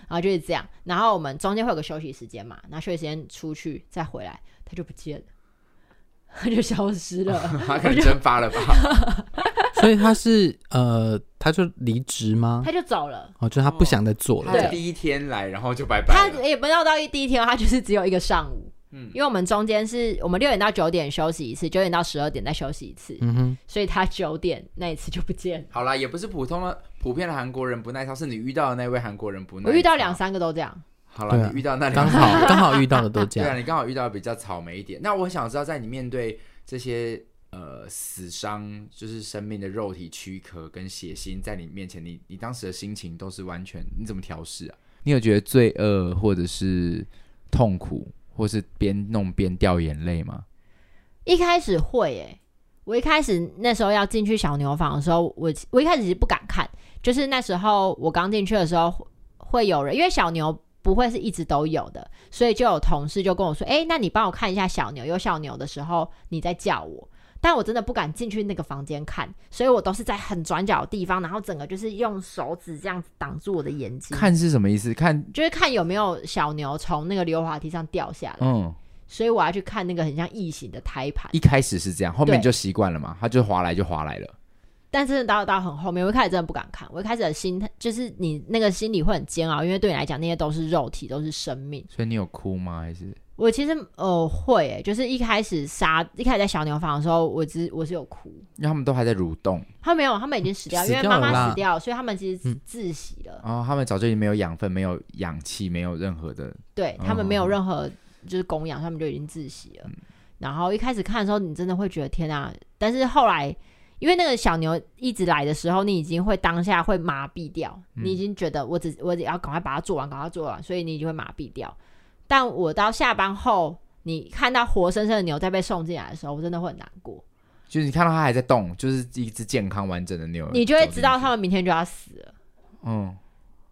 [SPEAKER 1] 然后就是这样，然后我们中间会有个休息时间嘛，然后休息时间出去再回来，他就不见了，他就消 失了。
[SPEAKER 2] 他可能蒸发了吧？
[SPEAKER 3] 所以他是呃，他就离职吗
[SPEAKER 1] 他？就走了。
[SPEAKER 3] 哦，就是他不想再做
[SPEAKER 2] 他
[SPEAKER 3] 了。这
[SPEAKER 1] 对
[SPEAKER 2] 是
[SPEAKER 3] 样
[SPEAKER 2] 第一天来，然后就拜拜
[SPEAKER 1] 他
[SPEAKER 2] 了，
[SPEAKER 1] 也不知道到第一天哦，他就是只有一个上午，
[SPEAKER 2] 嗯
[SPEAKER 1] 因为我们中间是我们六点到九点休息一次，九点到十二点再休息一次，
[SPEAKER 3] 嗯哼，
[SPEAKER 1] 所以他九点那一次就不见了。
[SPEAKER 2] 好啦，也不是普通的普遍的韩国人不耐操，是你遇到的那位啊韩国人不耐操，
[SPEAKER 1] 我遇到两三个都这样，
[SPEAKER 2] 好
[SPEAKER 3] 对
[SPEAKER 2] 了，
[SPEAKER 3] 啊
[SPEAKER 2] 你遇到那两
[SPEAKER 3] 刚 好刚好遇到的都这
[SPEAKER 2] 对啊，
[SPEAKER 3] 样。
[SPEAKER 2] 你刚好遇到比较草莓一点。那我想知道，在你面对这些呃死伤，就是生命的肉体躯壳跟血腥，在你面前，你你当时的心情都是完全你怎么调试啊？你有觉得罪恶或者是痛苦，或是边弄边掉眼泪吗？
[SPEAKER 1] 一开始会诶、我一开始那时候要进去小牛房的时候，我我一开始是不敢看，就是那时候我刚进去的时候会会有人，因为小牛不会是一直都有的，所以就有同事就跟我说：“诶，那你帮我看一下小牛，有小牛的时候你再叫我。”但我真的不敢进去那个房间看，所以我都是在很转角的地方，然后整个就是用手指这样子挡住我的眼睛，
[SPEAKER 2] 看是什么意思？看，
[SPEAKER 1] 就是看有没有小牛从那个溜滑梯上掉下来。
[SPEAKER 2] 嗯，
[SPEAKER 1] 所以我要去看那个很像异形的胎盘。
[SPEAKER 2] 一开始是这样，后面
[SPEAKER 1] 对
[SPEAKER 2] 就习惯了嘛，他就划来就划来了。
[SPEAKER 1] 但真的到到很后面，我一开始真的不敢看，我一开始的心态就是你那个心里会很煎熬，因为对你来讲那些都是肉体，都是生命。
[SPEAKER 2] 所以你有哭吗？还是
[SPEAKER 1] 我其实呃会、欸，就是一开始杀，一开始在小牛房的时候，我只我是有哭。
[SPEAKER 2] 因为他们都还在蠕动，
[SPEAKER 1] 他没有，他们已经死掉，
[SPEAKER 3] 死
[SPEAKER 1] 因为
[SPEAKER 3] 掉
[SPEAKER 1] 妈
[SPEAKER 3] 了
[SPEAKER 1] 妈
[SPEAKER 3] 啦
[SPEAKER 1] 死掉，所以他们其实
[SPEAKER 3] 嗯
[SPEAKER 1] 窒息了。
[SPEAKER 2] 然后他们早就已经没有养分、没有氧气、没有任何的
[SPEAKER 1] 对他们没有任何就是供养，他们就已经窒息了。然后一开始看的时候，你真的会觉得天啊！但是后来，因为那个小牛一直来的时候，你已经会当下会麻痹掉，你已经觉得我只我只要赶快把它做完，赶快做完，所以你已经会麻痹掉。但我到下班后，你看到活生生的牛在被送进来的时候，我真的会很难过，
[SPEAKER 2] 就是你看到它还在动，就是一只健康完整的牛，
[SPEAKER 1] 你就会知道他们明天就要死了。
[SPEAKER 2] 嗯，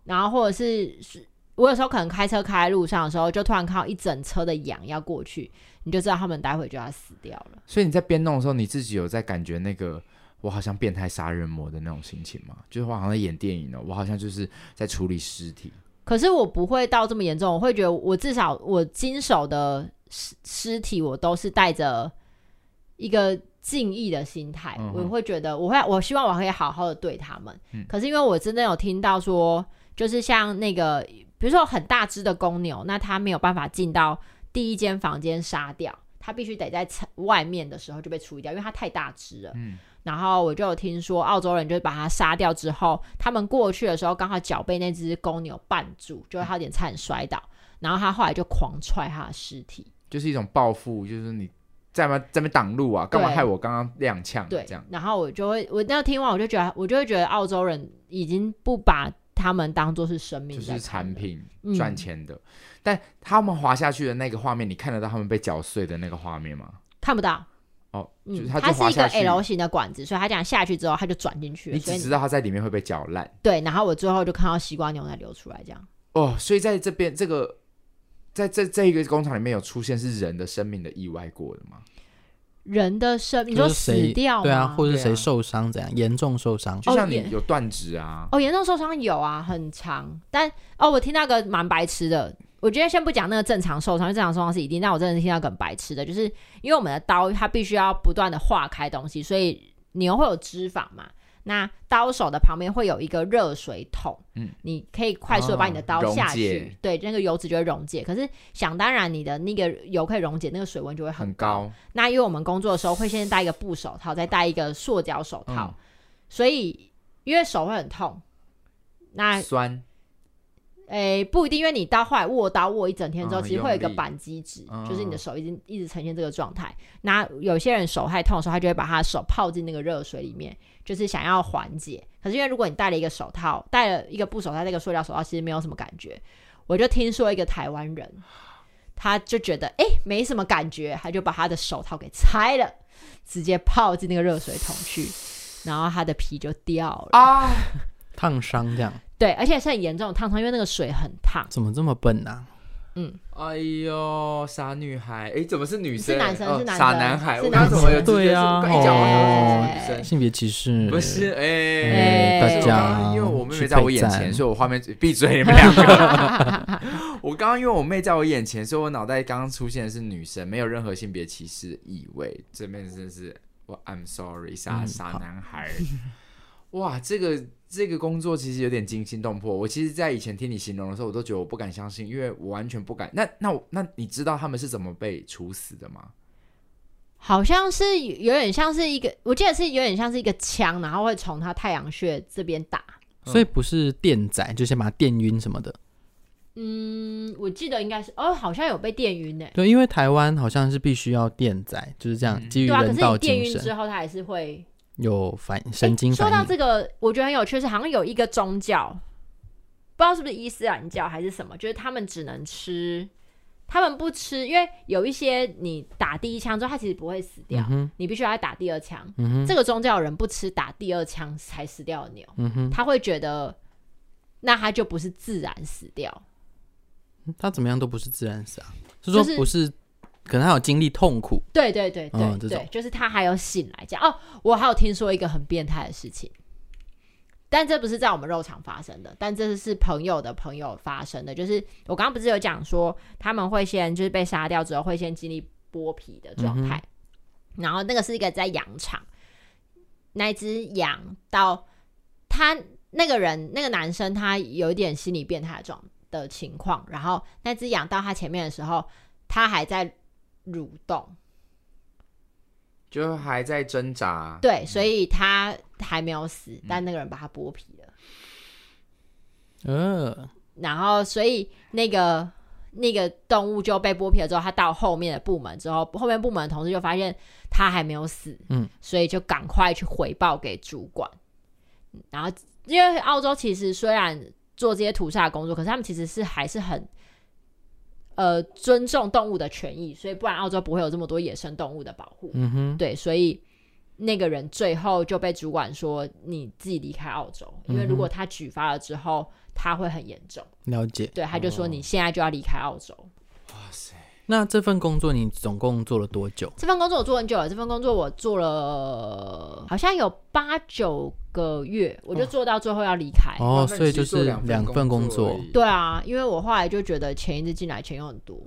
[SPEAKER 1] 然后或者是是我有时候可能开车开在路上的时候，就突然看到一整车的羊要过去，你就知道他们待会就要死掉了。
[SPEAKER 2] 所以你在边弄的时候，你自己有在感觉那个我好像变态杀人魔的那种心情吗？就是我好像在演电影哦，我好像就是在处理尸体，
[SPEAKER 1] 可是我不会到这么严重，我会觉得我至少我经手的尸尸体，我都是带着一个敬意的心态，
[SPEAKER 2] 嗯
[SPEAKER 1] 我
[SPEAKER 2] 哼
[SPEAKER 1] 会觉得我会我希望我可以好好的对他们。
[SPEAKER 2] 嗯
[SPEAKER 1] 可是因为我真的有听到说，就是像那个比如说很大只的公牛，那它没有办法进到第一间房间杀掉，它必须得在城外面的时候就被处理掉，因为它太大只了。
[SPEAKER 2] 嗯
[SPEAKER 1] 然后我就有听说，澳洲人就是把它杀掉之后，他们过去的时候刚好脚被那只公牛绊住，就是它有点差点摔倒，然后他后来就狂踹他的尸体，
[SPEAKER 2] 就是一种报复，就是你在嘛在那边挡路啊，干嘛
[SPEAKER 1] 对
[SPEAKER 2] 害我刚刚踉跄？
[SPEAKER 1] 对
[SPEAKER 2] 这样，
[SPEAKER 1] 然后我就会，我那听完我就觉得，我就会觉得澳洲人已经不把他们当做是生命
[SPEAKER 2] 就
[SPEAKER 1] 在看了，
[SPEAKER 2] 是产品
[SPEAKER 1] 嗯
[SPEAKER 2] 赚钱的。但他们滑下去的那个画面，你看得到他们被搅碎的那个画面吗？
[SPEAKER 1] 看不到，
[SPEAKER 2] 哦，就是
[SPEAKER 1] 嗯，
[SPEAKER 2] 他
[SPEAKER 1] 它
[SPEAKER 2] 就滑
[SPEAKER 1] 是一
[SPEAKER 2] 下
[SPEAKER 1] 个
[SPEAKER 2] 去，
[SPEAKER 1] L 型的管子，所以他讲下去之后他就转进去了，
[SPEAKER 2] 你
[SPEAKER 1] 所以
[SPEAKER 2] 只知道他在里面会被搅烂。
[SPEAKER 1] 对，然后我最后就看到西瓜牛奶流出来，这样，
[SPEAKER 2] 哦，所以在这边这个，在这这一个工厂里面有出现是人的生命的意外过的吗？
[SPEAKER 1] 人的生， 你
[SPEAKER 3] 就
[SPEAKER 1] 说
[SPEAKER 3] 是
[SPEAKER 1] 死
[SPEAKER 3] 谁
[SPEAKER 1] 掉吗？
[SPEAKER 3] 对啊，或者
[SPEAKER 2] 对啊
[SPEAKER 3] 谁受伤怎样，严重受伤，
[SPEAKER 2] 就像
[SPEAKER 1] 哦也
[SPEAKER 2] 你有断指啊，
[SPEAKER 1] 哦，严重受伤有啊，很长。但哦，我听到个蛮白痴的，我觉得先不讲那个正常受伤，因为正常受伤是一定。但我真的听到个很白痴的，就是因为我们的刀它必须要不断的化开东西，所以牛会有脂肪嘛。那刀手的旁边会有一个热水桶，
[SPEAKER 2] 嗯
[SPEAKER 1] 你可以快速的把你的
[SPEAKER 2] 哦
[SPEAKER 1] 刀
[SPEAKER 2] 溶
[SPEAKER 1] 下去
[SPEAKER 2] 解，
[SPEAKER 1] 对，那个油脂就会溶解。可是想当然，你的那个油可以溶解，那个水温就会
[SPEAKER 2] 很
[SPEAKER 1] 高。
[SPEAKER 2] 高，
[SPEAKER 1] 那因为我们工作的时候会先戴一个布手套，再戴一个塑胶手
[SPEAKER 2] 嗯
[SPEAKER 1] 套，所以因为手会很痛，那
[SPEAKER 2] 酸，
[SPEAKER 1] 诶、不一定，因为你到后来握刀握一整天之后，
[SPEAKER 2] 嗯
[SPEAKER 1] 其实会有一个
[SPEAKER 2] 用力
[SPEAKER 1] 扳机指，
[SPEAKER 2] 嗯
[SPEAKER 1] 就是你的手一直一直呈现这个状态。那有些人手太痛的时候，他就会把他的手泡进那个热水里面，就是想要缓解。可是因为如果你戴了一个手套，戴了一个布手套，戴一个塑料手套，其实没有什么感觉。我就听说一个台湾人，他就觉得诶没什么感觉，他就把他的手套给拆了，直接泡进那个热水桶去，然后他的皮就掉了。
[SPEAKER 2] 啊，
[SPEAKER 3] 烫伤这样，
[SPEAKER 1] 对，而且是很严重的烫伤，因为那个水很烫。
[SPEAKER 3] 怎么这么笨啊？
[SPEAKER 2] 哎呦，傻女孩，哎，怎么是女
[SPEAKER 1] 是
[SPEAKER 2] 生？
[SPEAKER 1] 男生
[SPEAKER 2] 哦
[SPEAKER 1] 是男
[SPEAKER 2] 傻
[SPEAKER 1] 生
[SPEAKER 2] 男孩，
[SPEAKER 1] 是
[SPEAKER 2] 我
[SPEAKER 1] 男
[SPEAKER 2] 刚怎么有
[SPEAKER 1] 生
[SPEAKER 2] 直觉
[SPEAKER 3] 对啊
[SPEAKER 2] 是一讲完
[SPEAKER 1] 哦
[SPEAKER 2] 就觉得是女生？
[SPEAKER 3] 性别歧视
[SPEAKER 2] 不是，哎，
[SPEAKER 3] 嗯哎
[SPEAKER 1] 哎
[SPEAKER 3] 大
[SPEAKER 2] 我刚
[SPEAKER 3] 家
[SPEAKER 2] 刚因为我妹妹
[SPEAKER 3] 去
[SPEAKER 2] 在我
[SPEAKER 3] 备
[SPEAKER 2] 眼
[SPEAKER 3] 战
[SPEAKER 2] 前，所以我画面闭嘴，你们两 个。我刚刚因为我妹在我眼前，所以我脑袋刚刚出现的是女生，没有任何性别歧视的意味。这边真的是我 I'm sorry，傻
[SPEAKER 3] 嗯
[SPEAKER 2] 傻
[SPEAKER 3] 好
[SPEAKER 2] 男孩。 哇，这个这个工作其实有点惊心动魄。我其实，在以前听你形容的时候，我都觉得我不敢相信，因为我完全不敢。那那我那你知道他们是怎么被处死的吗？
[SPEAKER 1] 好像是有点像是一个，我记得是有点像是一个枪，然后会从他太阳穴这边打。
[SPEAKER 2] 嗯
[SPEAKER 3] 所以不是电仔，就先把他电晕什么的。
[SPEAKER 1] 嗯，我记得应该是哦，好像有被电晕呢。
[SPEAKER 3] 对，因为台湾好像是必须要电仔，就是这样，
[SPEAKER 2] 嗯
[SPEAKER 3] 基于
[SPEAKER 1] 对啊，可
[SPEAKER 3] 人
[SPEAKER 1] 是
[SPEAKER 3] 道
[SPEAKER 1] 你电
[SPEAKER 3] 精
[SPEAKER 1] 晕之
[SPEAKER 3] 神
[SPEAKER 1] 后，他还是会
[SPEAKER 3] 有反神经
[SPEAKER 1] 诶哎说到
[SPEAKER 3] 反应。
[SPEAKER 1] 这个，我觉得很有趣，是好像有一个宗教，不知道是不是伊斯兰教还是什么，就是他们只能吃，他们不吃，因为有一些你打第一枪之后，他其实不会死掉，
[SPEAKER 3] 嗯哼，
[SPEAKER 1] 你必须要再打第二枪。
[SPEAKER 3] 嗯哼，
[SPEAKER 1] 这个宗教人不吃打第二枪才死掉的牛。
[SPEAKER 3] 嗯哼，
[SPEAKER 1] 他会觉得，那他就不是自然死掉，
[SPEAKER 3] 他怎么样都不是自然死啊，是
[SPEAKER 1] 就
[SPEAKER 3] 说
[SPEAKER 1] 是
[SPEAKER 3] 不是，可能他有经历痛苦，
[SPEAKER 1] 对对对对、
[SPEAKER 3] 嗯这
[SPEAKER 1] 对
[SPEAKER 3] 种，
[SPEAKER 1] 就是他还有醒来这样。哦，我还有听说一个很变态的事情，但这不是在我们肉场发生的，但这是朋友的朋友发生的。就是我刚刚不是有讲说，他们会先就是被杀掉之后，会先经历剥皮
[SPEAKER 3] 嗯
[SPEAKER 1] 的状态，然后那个是一个在羊场，那一只羊到他那个人那个男生他有一点心理变态的状的情况，然后那只羊到他前面的时候，他还在蠕动。
[SPEAKER 2] 就还在挣扎。
[SPEAKER 1] 对，所以他还没有死，但那个人把他剥皮了。
[SPEAKER 3] 呃，
[SPEAKER 1] 然后，所以那个那个动物就被剥皮了之后，他到后面的部门之后，后面部门的同事就发现他还没有死，
[SPEAKER 3] 嗯，
[SPEAKER 1] 所以就赶快去回报给主管。然后，因为澳洲其实虽然做这些屠杀的工作，可是他们其实是还是很。呃，尊重动物的权益，所以不然澳洲不会有这么多野生动物的保护。
[SPEAKER 3] 嗯哼，
[SPEAKER 1] 对，所以那个人最后就被主管说你自己离开澳洲，因为如
[SPEAKER 3] 嗯
[SPEAKER 1] 果他举发了之后，他会很严重。
[SPEAKER 3] 了解。
[SPEAKER 1] 对，他就说你现在就要离开澳洲。
[SPEAKER 2] 哇塞，
[SPEAKER 3] 那这份工作你总共做了多久？
[SPEAKER 1] 这份工作我做很久了，这份工作我做了好像有八九个月，我就做到最后要离开。
[SPEAKER 2] 哇
[SPEAKER 3] 哦，
[SPEAKER 2] 那你
[SPEAKER 3] 所以
[SPEAKER 2] 其
[SPEAKER 3] 就
[SPEAKER 2] 实做
[SPEAKER 3] 是
[SPEAKER 2] 两
[SPEAKER 3] 两份工作
[SPEAKER 2] 而，已
[SPEAKER 1] 对啊，因为我后来就觉得前一次进来钱又很多，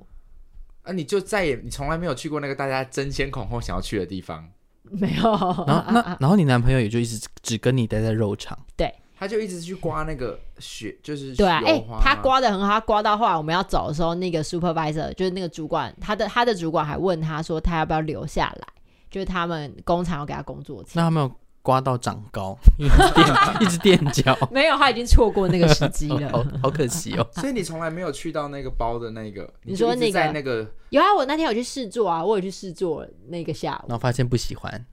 [SPEAKER 2] 啊，你就再也你从来没有去过那个大家争先恐后想要去的地方，
[SPEAKER 1] 没有。
[SPEAKER 3] 然后那然后你男朋友也就一直只跟你待在肉场，
[SPEAKER 2] 他就一直去刮那个雪，就是
[SPEAKER 1] 对啊，
[SPEAKER 2] 油
[SPEAKER 1] 哎、
[SPEAKER 2] 花
[SPEAKER 1] 他
[SPEAKER 2] 嘛
[SPEAKER 1] 刮的很好，他刮到后来我们要走的时候，那个 supervisor 就是那个主管，他的他的主管还问他说他要不要留下来，就是他们工厂要给他工作
[SPEAKER 3] 那
[SPEAKER 1] 签，
[SPEAKER 3] 他没有刮到长高， 一直垫 一直垫脚，
[SPEAKER 1] 没有，他已经错过那个时机
[SPEAKER 3] 好好
[SPEAKER 1] 了。
[SPEAKER 3] 好可惜哦。
[SPEAKER 2] 所以你从来没有去到那个包的那个，
[SPEAKER 1] 你
[SPEAKER 2] 你就
[SPEAKER 1] 说
[SPEAKER 2] 一直
[SPEAKER 1] 那个
[SPEAKER 2] 在那个
[SPEAKER 1] 有啊，我那天有去试做啊，我有去试做那个下
[SPEAKER 3] 然
[SPEAKER 1] 午，
[SPEAKER 3] 后发现不喜欢，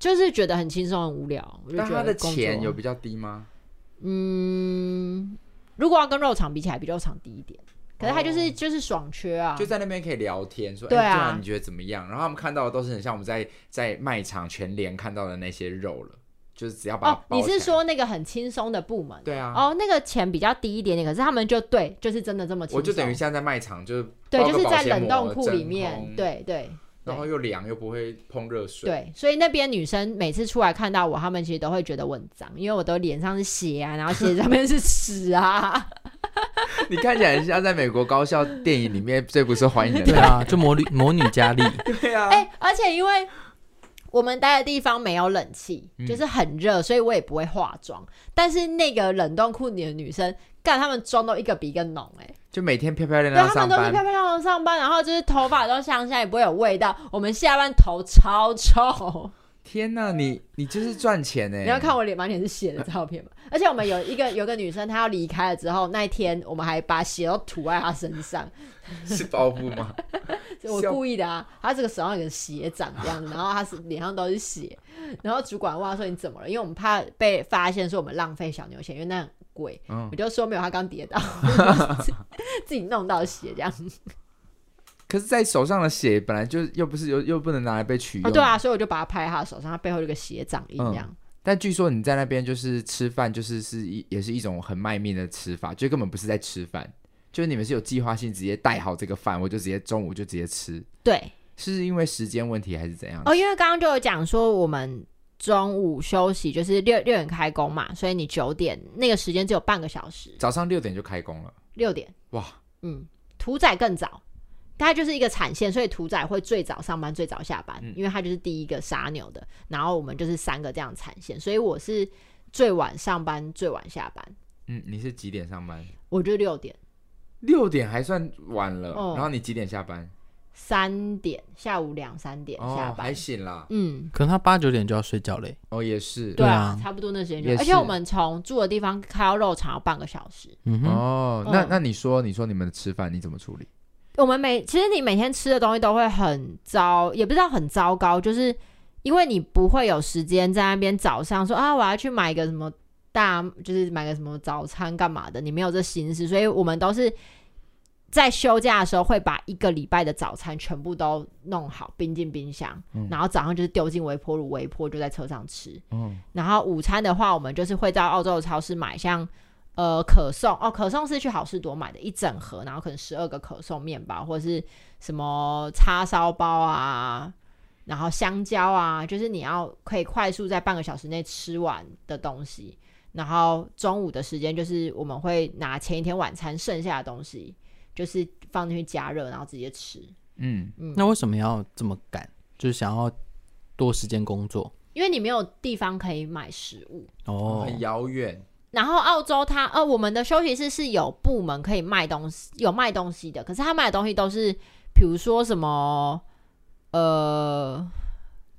[SPEAKER 1] 就是觉得很轻松很无聊，我就
[SPEAKER 2] 但
[SPEAKER 1] 觉
[SPEAKER 2] 他
[SPEAKER 1] 得
[SPEAKER 2] 的
[SPEAKER 1] 工作啊
[SPEAKER 2] 钱有比较低吗？
[SPEAKER 1] 嗯，如果要跟肉场比起来，比肉场低一点，可是他就是、哦就是爽缺啊，
[SPEAKER 2] 就在那边可以聊天，说
[SPEAKER 1] 对
[SPEAKER 2] 哎
[SPEAKER 1] 啊
[SPEAKER 2] 这碗你觉得怎么样？然后他们看到的都是很像我们在在卖场全联看到的那些肉了，就是只要把它
[SPEAKER 1] 哦，
[SPEAKER 2] 包
[SPEAKER 1] 你
[SPEAKER 2] 起来
[SPEAKER 1] 是说那个很轻松的部门？
[SPEAKER 2] 对啊？
[SPEAKER 1] 哦，那个钱比较低一点点，可是他们就对，就是真的这么轻松。
[SPEAKER 2] 我就等于现在在卖场，就是
[SPEAKER 1] 对，
[SPEAKER 2] 包个
[SPEAKER 1] 就是
[SPEAKER 2] 保
[SPEAKER 1] 在
[SPEAKER 2] 鲜
[SPEAKER 1] 冷
[SPEAKER 2] 膜
[SPEAKER 1] 冻库里
[SPEAKER 2] 真
[SPEAKER 1] 面，
[SPEAKER 2] 空
[SPEAKER 1] 对对
[SPEAKER 2] 然后又凉又不会碰热水，
[SPEAKER 1] 对，所以那边女生每次出来看到我，她们其实都会觉得我很脏，因为我的脸上是血啊，然后鞋子上面是 屎啊，
[SPEAKER 2] 你看起来很像在美国高校电影里面最不受 欢迎的
[SPEAKER 3] 对啊，就魔女魔女佳丽，
[SPEAKER 2] 人。对啊，
[SPEAKER 1] 哎、而且因为。我们待的地方没有冷气，
[SPEAKER 2] 嗯
[SPEAKER 1] 就是很热，所以我也不会化妆。但是那个冷冻库里的女生，干她们妆都一个比一个浓、哎。
[SPEAKER 2] 就每天漂漂亮
[SPEAKER 1] 对，
[SPEAKER 2] 亮
[SPEAKER 1] 他
[SPEAKER 2] 上
[SPEAKER 1] 们都是
[SPEAKER 2] 班
[SPEAKER 1] 漂，漂亮亮上班，然后就是头发都香香，也不会有味道。我们下班头超臭，
[SPEAKER 2] 天哪，你你就是赚钱哎！
[SPEAKER 1] 你要看我脸满脸是血的照片吗？ 而且我们有一个有个女生，她要离开了之后，那一天我们还把血都涂在她身上，
[SPEAKER 2] 是包袱吗？
[SPEAKER 1] 就我
[SPEAKER 2] 笑
[SPEAKER 1] 故意的啊。她这个手上有个血掌这样子，然后她是脸上都是血，然后主管问她说你怎么了？因为我们怕被发现说我们浪费小牛血，因为那很贵。
[SPEAKER 2] 嗯
[SPEAKER 1] 我，就说没有，她刚 跌倒，自己弄到血这样。
[SPEAKER 2] 可是，在手上的血本来就又不是又又不能拿来被取用、
[SPEAKER 1] 哦，对。啊，所以我就把她拍在她的手上，她背后有个血掌印这样。
[SPEAKER 2] 但据说你在那边就是吃饭，就是是一也是一种很卖命的吃法，就根本不是在吃饭，就是你们是有计划性，直接带好这个饭，我就直接中午就直接吃，
[SPEAKER 1] 对，
[SPEAKER 2] 是因为时间问题还是怎样？
[SPEAKER 1] 哦，因为刚刚就有讲说我们中午休息就是六六点开工嘛，所以你九点那个时间只有半个小时，
[SPEAKER 2] 早上六点就开工了，
[SPEAKER 1] 六点，
[SPEAKER 2] 哇，
[SPEAKER 1] 嗯，屠宰更早。它就是一个产线，所以屠宰会最早上班，最早下班，
[SPEAKER 2] 嗯
[SPEAKER 1] 因为它就是第一个杀牛的。然后我们就是三个这样产线，所以我是最晚上班，最晚下班，
[SPEAKER 2] 嗯，你是几点上班？
[SPEAKER 1] 我就六点、
[SPEAKER 2] 六点还算晚了，
[SPEAKER 1] 哦
[SPEAKER 2] 然后你几点下班？
[SPEAKER 1] 三点，下午两三点下
[SPEAKER 2] 哦，
[SPEAKER 1] 班。
[SPEAKER 2] 还行啦。
[SPEAKER 1] 嗯，
[SPEAKER 3] 可能他八九点就要睡觉嘞。
[SPEAKER 2] 哦，也是。
[SPEAKER 1] 对
[SPEAKER 3] 对啊
[SPEAKER 1] 差不多那时间就
[SPEAKER 2] 也。
[SPEAKER 1] 而且
[SPEAKER 2] 是
[SPEAKER 1] 我们从住的地方开到肉场要半个小时，
[SPEAKER 3] 嗯哼，
[SPEAKER 2] 哦，那
[SPEAKER 1] 嗯
[SPEAKER 2] 那你说，你说你们的吃饭你怎么处理？
[SPEAKER 1] 我们每其实你每天吃的东西都会很糟，也不知道很糟糕，就是因为你不会有时间在那边早上说啊，我要去买个什么大，就是买个什么早餐干嘛的，你没有这心思，所以我们都是在休假的时候会把一个礼拜的早餐全部都弄好，冰进冰箱，
[SPEAKER 2] 嗯
[SPEAKER 1] 然后早上就是丢进微波炉，微波就在车上吃。
[SPEAKER 2] 嗯，
[SPEAKER 1] 然后午餐的话，我们就是会到澳洲的超市买像呃可颂哦，可颂是去好事多买的一整盒，然后可能十二个可颂面包或者是什么叉烧包啊，然后香蕉啊，就是你要可以快速在半个小时内吃完的东西。然后中午的时间就是我们会拿前一天晚餐剩下的东西，就是放进去加热，然后直接吃。
[SPEAKER 2] 嗯，
[SPEAKER 3] 那为什么要这么赶？就是想要多时间工作
[SPEAKER 1] 因为你没有地方可以买食物，
[SPEAKER 3] 哦。
[SPEAKER 2] 很遥远。
[SPEAKER 1] 然后澳洲它呃，我们的休息室是有部门可以卖东西，有卖东西的，可是他卖的东西都是，比如说什么，呃，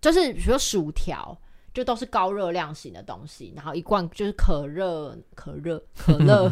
[SPEAKER 1] 就是比如说薯条，就都是高热量型的东西，然后一罐就是可热、可热、可乐、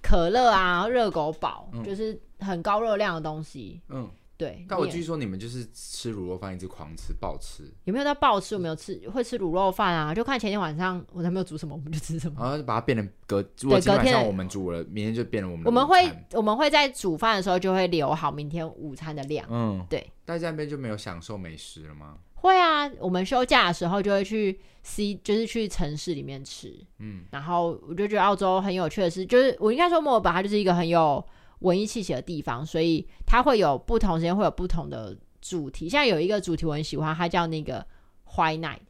[SPEAKER 1] 可乐啊，热狗堡，
[SPEAKER 2] 嗯
[SPEAKER 1] 就是很高热量的东西。
[SPEAKER 2] 嗯，
[SPEAKER 1] 对，
[SPEAKER 2] 但我
[SPEAKER 1] 你也
[SPEAKER 2] 据说你们就是吃卤肉饭一直狂吃暴吃，
[SPEAKER 1] 有没有在暴吃？有没有吃会吃卤肉饭啊？就看前天晚上我男朋友煮什么，我们就吃什么。
[SPEAKER 2] 然后就把它变成隔，如果今
[SPEAKER 1] 隔
[SPEAKER 2] 晚
[SPEAKER 1] 天
[SPEAKER 2] 上
[SPEAKER 1] 的
[SPEAKER 2] 我们煮了，明天就变成我们的
[SPEAKER 1] 我们
[SPEAKER 2] 午
[SPEAKER 1] 会
[SPEAKER 2] 餐
[SPEAKER 1] 我们会在煮饭的时候就会留好明天午餐的量。
[SPEAKER 2] 嗯，
[SPEAKER 1] 对。
[SPEAKER 2] 但在那边就没有享受美食了吗？
[SPEAKER 1] 会啊，我们休假的时候就会去 C，就是去城市里面吃。
[SPEAKER 2] 嗯，
[SPEAKER 1] 然后我就觉得澳洲很有趣的是，就是我应该说墨尔本它就是一个很有文艺气息的地方，所以它会有不同时间会有不同的主题。像有一个主题我很喜欢，它叫那个 White Night，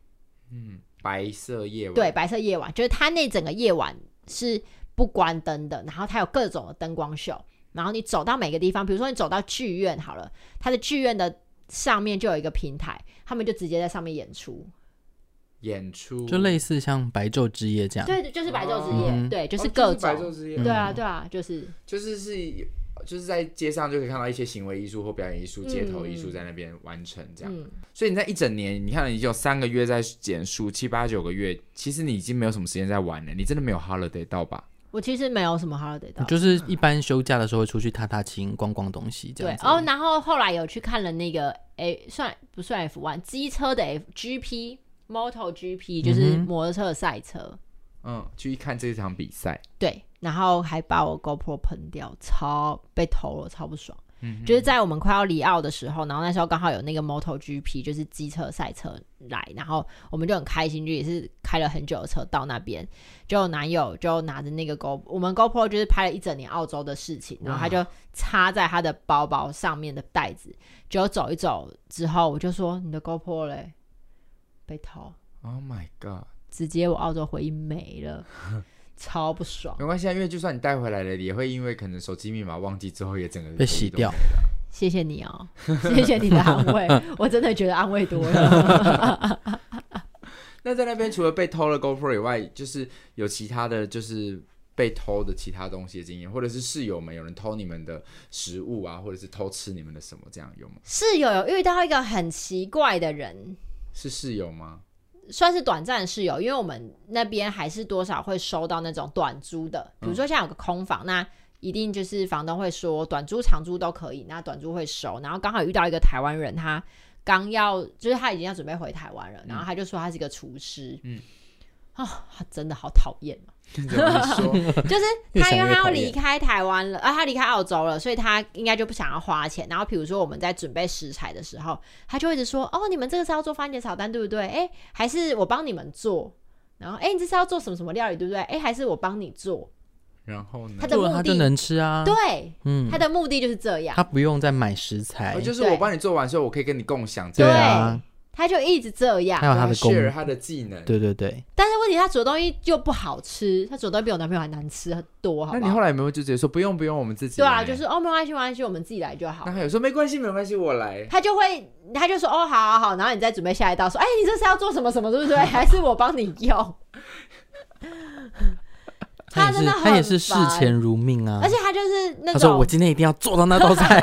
[SPEAKER 2] 嗯，白色夜晚。
[SPEAKER 1] 对，，白色夜晚，就是它那整个夜晚是不关灯的，然后它有各种的灯光秀，然后你走到每个地方，比如说你走到剧院好了，它的剧院的上面就有一个平台，他们就直接在上面演出，
[SPEAKER 2] 演出，
[SPEAKER 3] 就类似像白昼之夜这样。
[SPEAKER 1] 对，就是白昼之夜，
[SPEAKER 3] 嗯
[SPEAKER 1] 对，就是
[SPEAKER 2] 哦
[SPEAKER 1] 各
[SPEAKER 2] 白
[SPEAKER 1] 种，
[SPEAKER 2] 昼之夜，
[SPEAKER 1] 对啊，对啊，就是
[SPEAKER 2] 就是是以就是在街上就可以看到一些行为艺术或表演艺术、街头艺术
[SPEAKER 1] 嗯
[SPEAKER 2] 在那边完成这样。
[SPEAKER 1] 嗯，
[SPEAKER 2] 所以你在一整年，你看你有三个月在减数，七八九个月，其实你已经没有什么时间在玩了，你真的没有 holiday 到吧？
[SPEAKER 1] 我其实没有什么 holiday
[SPEAKER 3] 你
[SPEAKER 1] 到。
[SPEAKER 3] 就是一般休假的时候会出去踏踏青、逛逛东西这
[SPEAKER 1] 对
[SPEAKER 3] 样，子。
[SPEAKER 1] 哦，然后后来有去看了那个 A 算不算 F one 机车的 F GP Moto GP，就是
[SPEAKER 3] 嗯哼
[SPEAKER 1] 摩托车赛车。
[SPEAKER 2] 嗯，去看这场比赛，
[SPEAKER 1] 对，然后还把我 GoPro 喷掉，超被投了，超不爽。就是在我们快要离澳的时候，然后那时候刚好有那个 Moto GP，就是机车赛车来，然后我们就很开心，就也是开了很久的车到那边，就有男友就拿着那个 Go，我们 GoPro 就是拍了一整年澳洲的事情，然后他就插在他的包包上面的袋子，结果走一走之后，我就说你的 GoPro 嘞，被偷，
[SPEAKER 2] Oh my god！
[SPEAKER 1] 直接我澳洲回忆没了，超不爽。
[SPEAKER 2] 没关系，啊，因为就算你带回来了，也会因为可能手机密码忘记之后，也整个
[SPEAKER 3] 被洗掉。
[SPEAKER 1] 谢谢你哦，谢谢你的安慰，我真的觉得安慰多了。
[SPEAKER 2] 那在那边除了被偷了 GoPro 以外，就是有其他的就是被偷的其他东西的经验，或者是室友们有人偷你们的食物啊，或者是偷吃你们的什么，这样有吗？
[SPEAKER 1] 室友有遇到一个很奇怪的人，
[SPEAKER 2] 是室友吗？
[SPEAKER 1] 算是短暂的室友，因为我们那边还是多少会收到那种短租的，比如说现在有个空房，那一定就是房东会说短租、长租都可以，那短租会收。然后刚好遇到一个台湾人，他刚要就是他已经要准备回台湾了，然后他就说他是一个厨师，
[SPEAKER 2] 嗯
[SPEAKER 1] 嗯，哦，他真的好讨厌哦
[SPEAKER 2] 怎么说？
[SPEAKER 1] 就是
[SPEAKER 3] 越
[SPEAKER 1] 他
[SPEAKER 3] 想
[SPEAKER 1] 因为
[SPEAKER 3] 越
[SPEAKER 1] 他要
[SPEAKER 3] 讨
[SPEAKER 1] 离
[SPEAKER 3] 厌
[SPEAKER 1] 开台湾了，啊，他离开澳洲了，所以他应该就不想要花钱。然后比如说我们在准备食材的时候，他就会一直说：“哦，你们这个是要做番茄炒蛋对不对？哎，还是我帮你们做？然后哎，你这是要做什么什么料理对不对？哎，还是我帮你做？
[SPEAKER 2] 然后呢
[SPEAKER 1] 他？的
[SPEAKER 3] 做了
[SPEAKER 1] 目
[SPEAKER 3] 他就
[SPEAKER 1] 的，
[SPEAKER 3] 能吃啊。
[SPEAKER 1] 对，
[SPEAKER 3] 嗯
[SPEAKER 1] 他，的目的就是这样
[SPEAKER 3] 他。不用再买食材
[SPEAKER 2] 哦，就是
[SPEAKER 1] 对
[SPEAKER 2] 我帮你做完之后，我可以跟你共享这
[SPEAKER 3] 对
[SPEAKER 2] 样。
[SPEAKER 3] 啊，
[SPEAKER 1] 他就一直这样
[SPEAKER 3] 还，有他的功
[SPEAKER 2] share 他的技能。
[SPEAKER 3] 对对对，
[SPEAKER 1] 但是问题他煮的东西又不好吃，他煮的东西比我男朋友还难吃很多，好
[SPEAKER 2] 那
[SPEAKER 1] 不
[SPEAKER 2] 你
[SPEAKER 1] 好
[SPEAKER 2] 后？来有没有就直接说不用不用，我们自己
[SPEAKER 1] 对啊，
[SPEAKER 2] 来
[SPEAKER 1] 就是哦，没关系，没关系，我们自己来就好
[SPEAKER 2] 那。还有说没关系没关系，我来。
[SPEAKER 1] 他就会，他就说哦，好好好，然后你再准备下一道，说，哎、你这是要做什么什么，对不 对？还是我帮你用？
[SPEAKER 3] 他也
[SPEAKER 1] 真
[SPEAKER 3] 是
[SPEAKER 1] 的
[SPEAKER 3] 他也
[SPEAKER 1] 很
[SPEAKER 3] 是视
[SPEAKER 1] 烦
[SPEAKER 3] 钱如命啊
[SPEAKER 1] 而。且他就是那
[SPEAKER 3] 他说
[SPEAKER 1] 种
[SPEAKER 3] 我，今天一定要做到那道菜，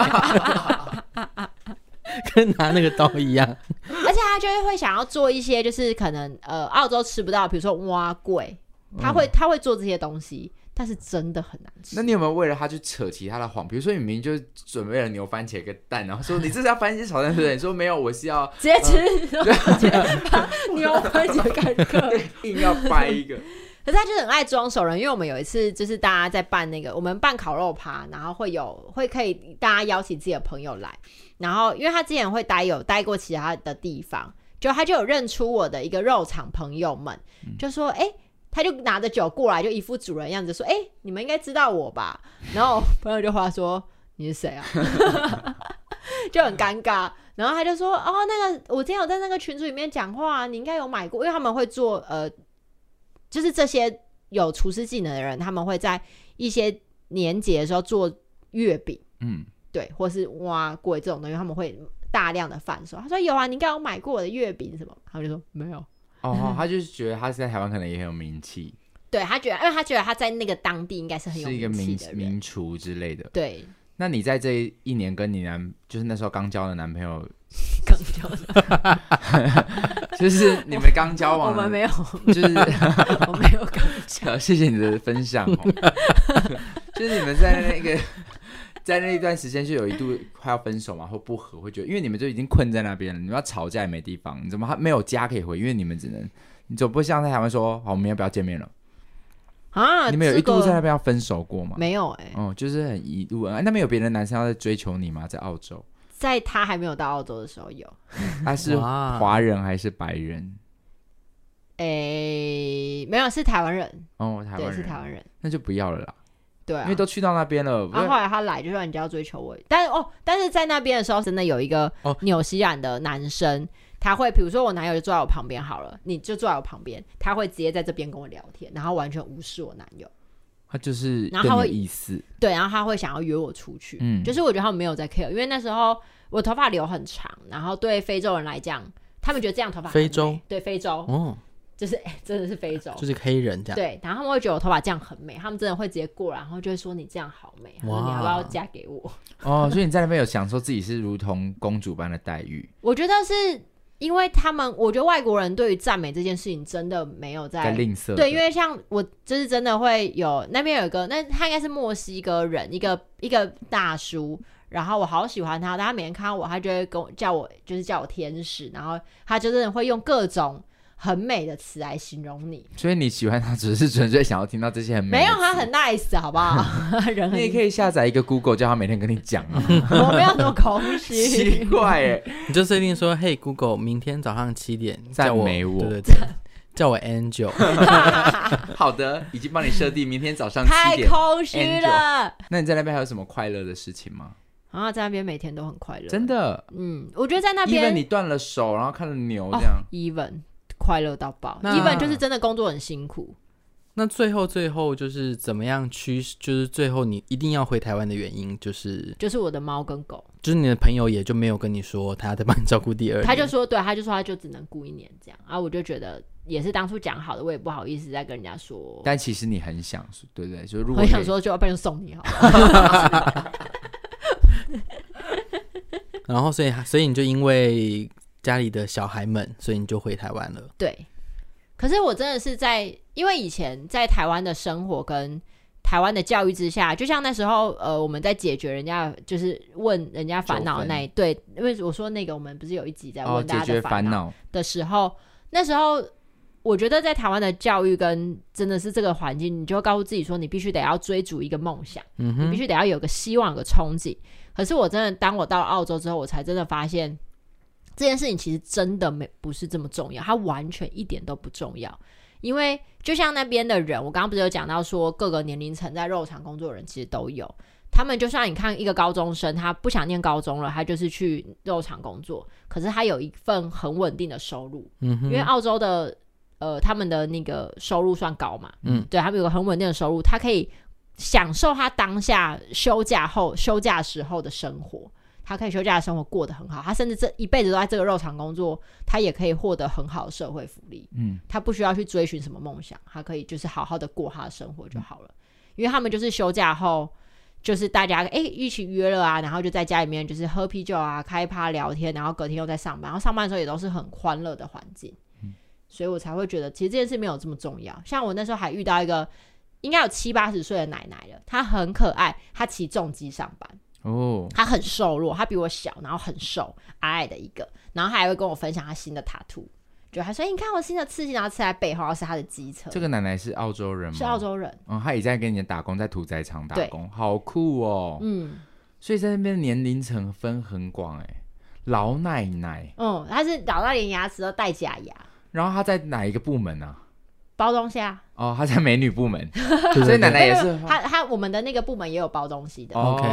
[SPEAKER 3] 跟拿那个刀一样。
[SPEAKER 1] 而且他就是会想要做一些，就是可能呃，澳洲吃不到，比如说蛙桂，他
[SPEAKER 3] 嗯
[SPEAKER 1] 会、他会做这些东西，但是真的很难吃。
[SPEAKER 2] 那你有没有为了他去扯其他的谎？比如说你明明就准备了牛番茄跟蛋，然后说你这是要番茄炒蛋对不对？你说没有，我是要
[SPEAKER 1] 直接吃，
[SPEAKER 3] 呃
[SPEAKER 1] 直接把牛番茄 干 掉。
[SPEAKER 2] 硬要掰一个。
[SPEAKER 1] 可是他就是很爱装熟人，因为我们有一次就是大家在办那个，我们办烤肉趴，然后会有会可以大家邀请自己的朋友来，然后因为他之前会待有待过其他的地方，就他就有认出我的一个肉场朋友们，就说哎。他就拿着酒过来，就一副主人样子说：“哎、你们应该知道我吧？”然后我朋友就话说：“你是谁啊？” 就很尴尬。然后他就说：“哦，那个我之前有在那个群组里面讲话、啊，你应该有买过，因为他们会做呃就是这些有厨师技能的人，他们会在一些年节的时候做月饼，
[SPEAKER 2] 嗯，
[SPEAKER 1] 对，或是蛙粿这种东西，他们会大量的贩售。他说有啊，你应该有买过我的月饼什么？他们就说没有。嗯
[SPEAKER 2] 哦，他就是觉得他是在台湾可能也很有名 气，
[SPEAKER 1] 对他觉得，因为他觉得他在那个当地应该是很有
[SPEAKER 2] 是一个名
[SPEAKER 1] 气的人。
[SPEAKER 2] 名厨之类的。
[SPEAKER 1] 对，
[SPEAKER 2] 那你在这一年跟你男，就是那时候刚交的男朋友，
[SPEAKER 1] 刚交的，
[SPEAKER 2] 就是你们刚交
[SPEAKER 1] 我
[SPEAKER 2] 往的，
[SPEAKER 1] 们没有，
[SPEAKER 2] 就是
[SPEAKER 1] 我没有刚交。
[SPEAKER 2] 好，谢谢你的分享、 哦。 就是你们在那个在那一段时间，就有一度快要分手嘛，或不和，会觉得，因为你们就已经困在那边了，你们要吵架也没地方，你怎么还没有家可以回？因为你们只能，你总不会像在台湾说，好，我们要不要见面了？
[SPEAKER 1] 啊，
[SPEAKER 2] 你们有
[SPEAKER 1] 这
[SPEAKER 2] 一度
[SPEAKER 1] 个
[SPEAKER 2] 在那边要分手过吗？
[SPEAKER 1] 没有哎、
[SPEAKER 2] 哦、就是很一度，哎那边有别的男生要在追求你吗？在澳洲，
[SPEAKER 1] 在他还没有到澳洲的时候有，
[SPEAKER 2] 他是
[SPEAKER 3] 哇
[SPEAKER 2] 华人还是白人？
[SPEAKER 1] 哎、没有是台湾人，
[SPEAKER 2] 哦，台湾
[SPEAKER 1] 对，是
[SPEAKER 2] 人，
[SPEAKER 1] 台湾人，
[SPEAKER 2] 那就不要了啦，
[SPEAKER 1] 对啊，
[SPEAKER 2] 因为都去到那边了。不
[SPEAKER 1] 然
[SPEAKER 2] 是
[SPEAKER 1] 后后来他来就说人家要追求我，但是哦，但是在那边的时候，真的有一个
[SPEAKER 3] 哦
[SPEAKER 1] 纽西兰的男生，他会比如说我男友就坐在我旁边好了，你就坐在我旁边，他会直接在这边跟我聊天，然后完全无视我男友，
[SPEAKER 2] 他就是
[SPEAKER 1] 然
[SPEAKER 2] 对
[SPEAKER 1] 后他
[SPEAKER 2] 你
[SPEAKER 1] 会
[SPEAKER 2] 有意思，
[SPEAKER 1] 对，然后他会想要约我出去，
[SPEAKER 2] 嗯
[SPEAKER 1] 就是我觉得他们没有在 care，因为那时候我头发留很长，然后对非洲人来讲，他们觉得这样头发很
[SPEAKER 3] 非洲
[SPEAKER 1] 美对非洲，
[SPEAKER 3] 哦，
[SPEAKER 1] 就是、 哎真的是非洲，
[SPEAKER 3] 就是黑人这样。
[SPEAKER 1] 对，然后他们会觉得我头发这样很美，他们真的会直接过来，然后就会说你这样好美，他说你要不要
[SPEAKER 3] 哇
[SPEAKER 1] 嫁给我？
[SPEAKER 2] 哦，所以你在那边有享受自己是如同公主般的待遇，
[SPEAKER 1] 我觉得是因为他们，我觉得外国人对于赞美这件事情真的没有
[SPEAKER 2] 在
[SPEAKER 1] 在。
[SPEAKER 2] 吝啬的。
[SPEAKER 1] 对，因为像我就是真的会有那边有一个，那他应该是墨西哥人，一个一个大叔，然后我好喜欢他，但他每天看到我，他就会跟我叫我就是叫我天使，然后他就真的会用各种很美的词来形容你，
[SPEAKER 2] 所以你喜欢他只是纯粹想要听到这些很美
[SPEAKER 1] 没
[SPEAKER 2] 的
[SPEAKER 1] 有啊
[SPEAKER 2] 词
[SPEAKER 1] 他很 nice 好不 好？人很
[SPEAKER 2] 你也可以下载一个 Google，叫他每天跟你讲啊。
[SPEAKER 1] 我没有那么空
[SPEAKER 2] 奇
[SPEAKER 1] 虚。
[SPEAKER 2] 怪哎，
[SPEAKER 3] 你就设定说，嘿 Google，明天早上七点
[SPEAKER 2] 赞
[SPEAKER 3] 叫我，
[SPEAKER 2] 美我
[SPEAKER 3] 对对对，叫我 Angel。
[SPEAKER 2] 好的，已经帮你设定明天早上七
[SPEAKER 1] 太
[SPEAKER 2] 点。
[SPEAKER 1] 空虚了。
[SPEAKER 2] 那你在那边还有什么快乐的事情吗？
[SPEAKER 1] 然后在那边每天都很快乐，
[SPEAKER 2] 真。的
[SPEAKER 1] 嗯，我觉得在那
[SPEAKER 2] ，even
[SPEAKER 1] 边
[SPEAKER 2] 你断了手，然后看了牛
[SPEAKER 1] 哦
[SPEAKER 2] 这样，
[SPEAKER 1] even 快乐到爆
[SPEAKER 3] 那
[SPEAKER 1] ，even 就是真的工作很辛苦。
[SPEAKER 3] 那最后最后就是怎么样驱，就是最后你一定要回台湾的原因，就是
[SPEAKER 1] 就是我的猫跟狗，
[SPEAKER 3] 就是你的朋友也就没有跟你说他在帮你照顾第二年，
[SPEAKER 1] 他就说对，他就说他就只能顾一年这样啊，我就觉得也是当初讲好的，我也不好意思再跟人家说。
[SPEAKER 2] 但其实你很想，对不对？就是如果
[SPEAKER 1] 哦我想
[SPEAKER 2] 可以，
[SPEAKER 1] 说，就啊要不然就送你好了。
[SPEAKER 3] 然后所以所以你就因为家里的小孩们，所以你就回台湾了。
[SPEAKER 1] 对，可是我真的是在，因为以前在台湾的生活跟台湾的教育之下，就像那时候呃，我们在解决人家就是问人家烦恼的那一对，因为我说那个我们不是有一集在
[SPEAKER 2] 哦，
[SPEAKER 1] 问
[SPEAKER 2] 解
[SPEAKER 1] 大家
[SPEAKER 2] 决
[SPEAKER 1] 的
[SPEAKER 2] 烦恼，
[SPEAKER 1] 的时候，那时候我觉得在台湾的教育跟真的是这个环境，你就会告诉自己说，你必须得要追逐一个梦想，
[SPEAKER 3] 嗯
[SPEAKER 1] 你必
[SPEAKER 3] 哼，
[SPEAKER 1] 须得要有个希望，有个憧憬。可是我真的，当我到了澳洲之后，我才真的发现这件事情其实真的没不是这么重要，它完全一点都不重要。因为就像那边的人，我刚刚不是有讲到说，各个年龄层在肉场工作的人其实都有。他们就像你看一个高中生，他不想念高中了，他就是去肉场工作，可是他有一份很稳定的收入，
[SPEAKER 3] 嗯哼，
[SPEAKER 1] 因为澳洲的呃他们的那个收入算高嘛，
[SPEAKER 3] 嗯，
[SPEAKER 1] 对他们有个很稳定的收入，他可以享受他当下休假后休假时候的生活，他可以休假的生活过得很好，他甚至这一辈子都在这个肉场工作，他也可以获得很好的社会福利，
[SPEAKER 2] 嗯，
[SPEAKER 1] 他不需要去追寻什么梦想，他可以就是好好的过他的生活就好
[SPEAKER 3] 嗯
[SPEAKER 1] 了，因为他们就是休假后。就是大家哎、诶一起约了啊，然后就在家里面就是喝啤酒啊、开趴聊天，然后隔天又在上班，然后上班的时候也都是很欢乐的环境，所以我才会觉得其实这件事没有这么重要。像我那时候还遇到一个应该有七八十岁的奶奶了，她很可爱，她骑重机上班，
[SPEAKER 2] 哦，
[SPEAKER 1] 她很瘦弱，她比我小，然后很瘦，矮矮的一个，然后她还会跟我分享她新的塔图，就她说、哎你看我新的刺青，然后刺在背后，然后是她的机车，
[SPEAKER 2] 这个奶奶是澳洲人吗？
[SPEAKER 1] 是澳。洲人，
[SPEAKER 2] 哦，她也在跟你打工，在屠宰场打
[SPEAKER 1] 对
[SPEAKER 2] 工，好酷哦。
[SPEAKER 1] 嗯
[SPEAKER 2] 所以在那边年龄层分很广哎，老奶奶，
[SPEAKER 1] 嗯，她是老到连牙齿都戴假牙，
[SPEAKER 2] 然后她在哪一个部门啊？
[SPEAKER 1] 包东西啊，
[SPEAKER 2] 哦，她在美女部 门，
[SPEAKER 3] 对
[SPEAKER 2] 所以奶奶
[SPEAKER 1] 没
[SPEAKER 2] 也
[SPEAKER 1] 有
[SPEAKER 2] 是
[SPEAKER 1] 没有她她我们的那个部门也有包东西的，
[SPEAKER 2] 啊哦
[SPEAKER 3] OK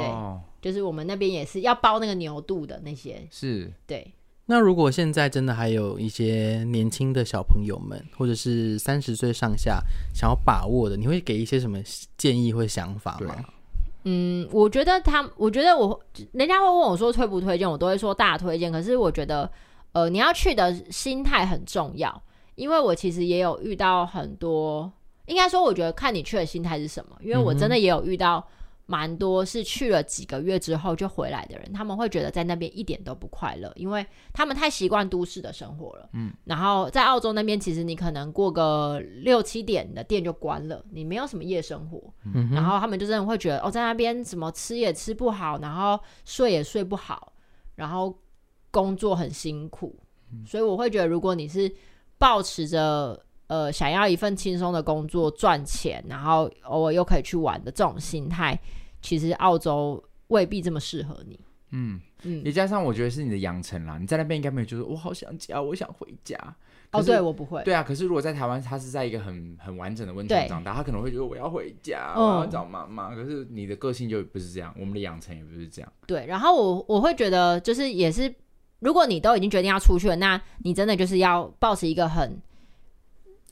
[SPEAKER 1] 对就是我们那边也是要包那个牛肚的那些，
[SPEAKER 2] 是
[SPEAKER 1] 对。
[SPEAKER 3] 那如果现在真的还有一些年轻的小朋友们，或者是三十岁上下想要把握的，你会给一些什么建议或想法
[SPEAKER 2] 对
[SPEAKER 3] 吗？
[SPEAKER 1] 嗯，我觉得他，我觉得我，人家会问我说推不推荐，我都会说大推荐。可是我觉得，呃，你要去的心态很重要，因为我其实也有遇到很多，应该说，我觉得看你去的心态是什么。因为我真的也有遇到蛮多是去了几个月之后就回来的人，他们会觉得在那边一点都不快乐，因为他们太习惯都市的生活了。嗯，然后在澳洲那边，其实你可能过个六七点你的店就关了，你没有什么夜生活。
[SPEAKER 3] 嗯
[SPEAKER 1] 然
[SPEAKER 3] 哼，
[SPEAKER 1] 后他们就真的会觉得，哦，在那边怎么吃也吃不好，然后睡也睡不好，然后工作很辛苦。
[SPEAKER 2] 嗯
[SPEAKER 1] 所以我会觉得，如果你是抱持着呃想要一份轻松的工作赚钱，然后偶尔又可以去玩的这种心态，其实澳洲未必这么适合你。
[SPEAKER 2] 嗯。
[SPEAKER 1] 嗯，
[SPEAKER 2] 也加上我觉得是你的养成啦，你在那边应该没有，就是我好想家，我想回家。可
[SPEAKER 1] 哦，
[SPEAKER 2] 是
[SPEAKER 1] 对，我不会。
[SPEAKER 2] 对啊，可是如果在台湾，他是在一个很很完整的温
[SPEAKER 1] 对
[SPEAKER 2] 床长大，他可能会觉得我要回家，
[SPEAKER 1] 嗯
[SPEAKER 2] 我要找妈妈。可是你的个性就不是这样，我们的养成也不是这样。
[SPEAKER 1] 对，然后我我会觉得就是也是，如果你都已经决定要出去了，那你真的就是要保持一个很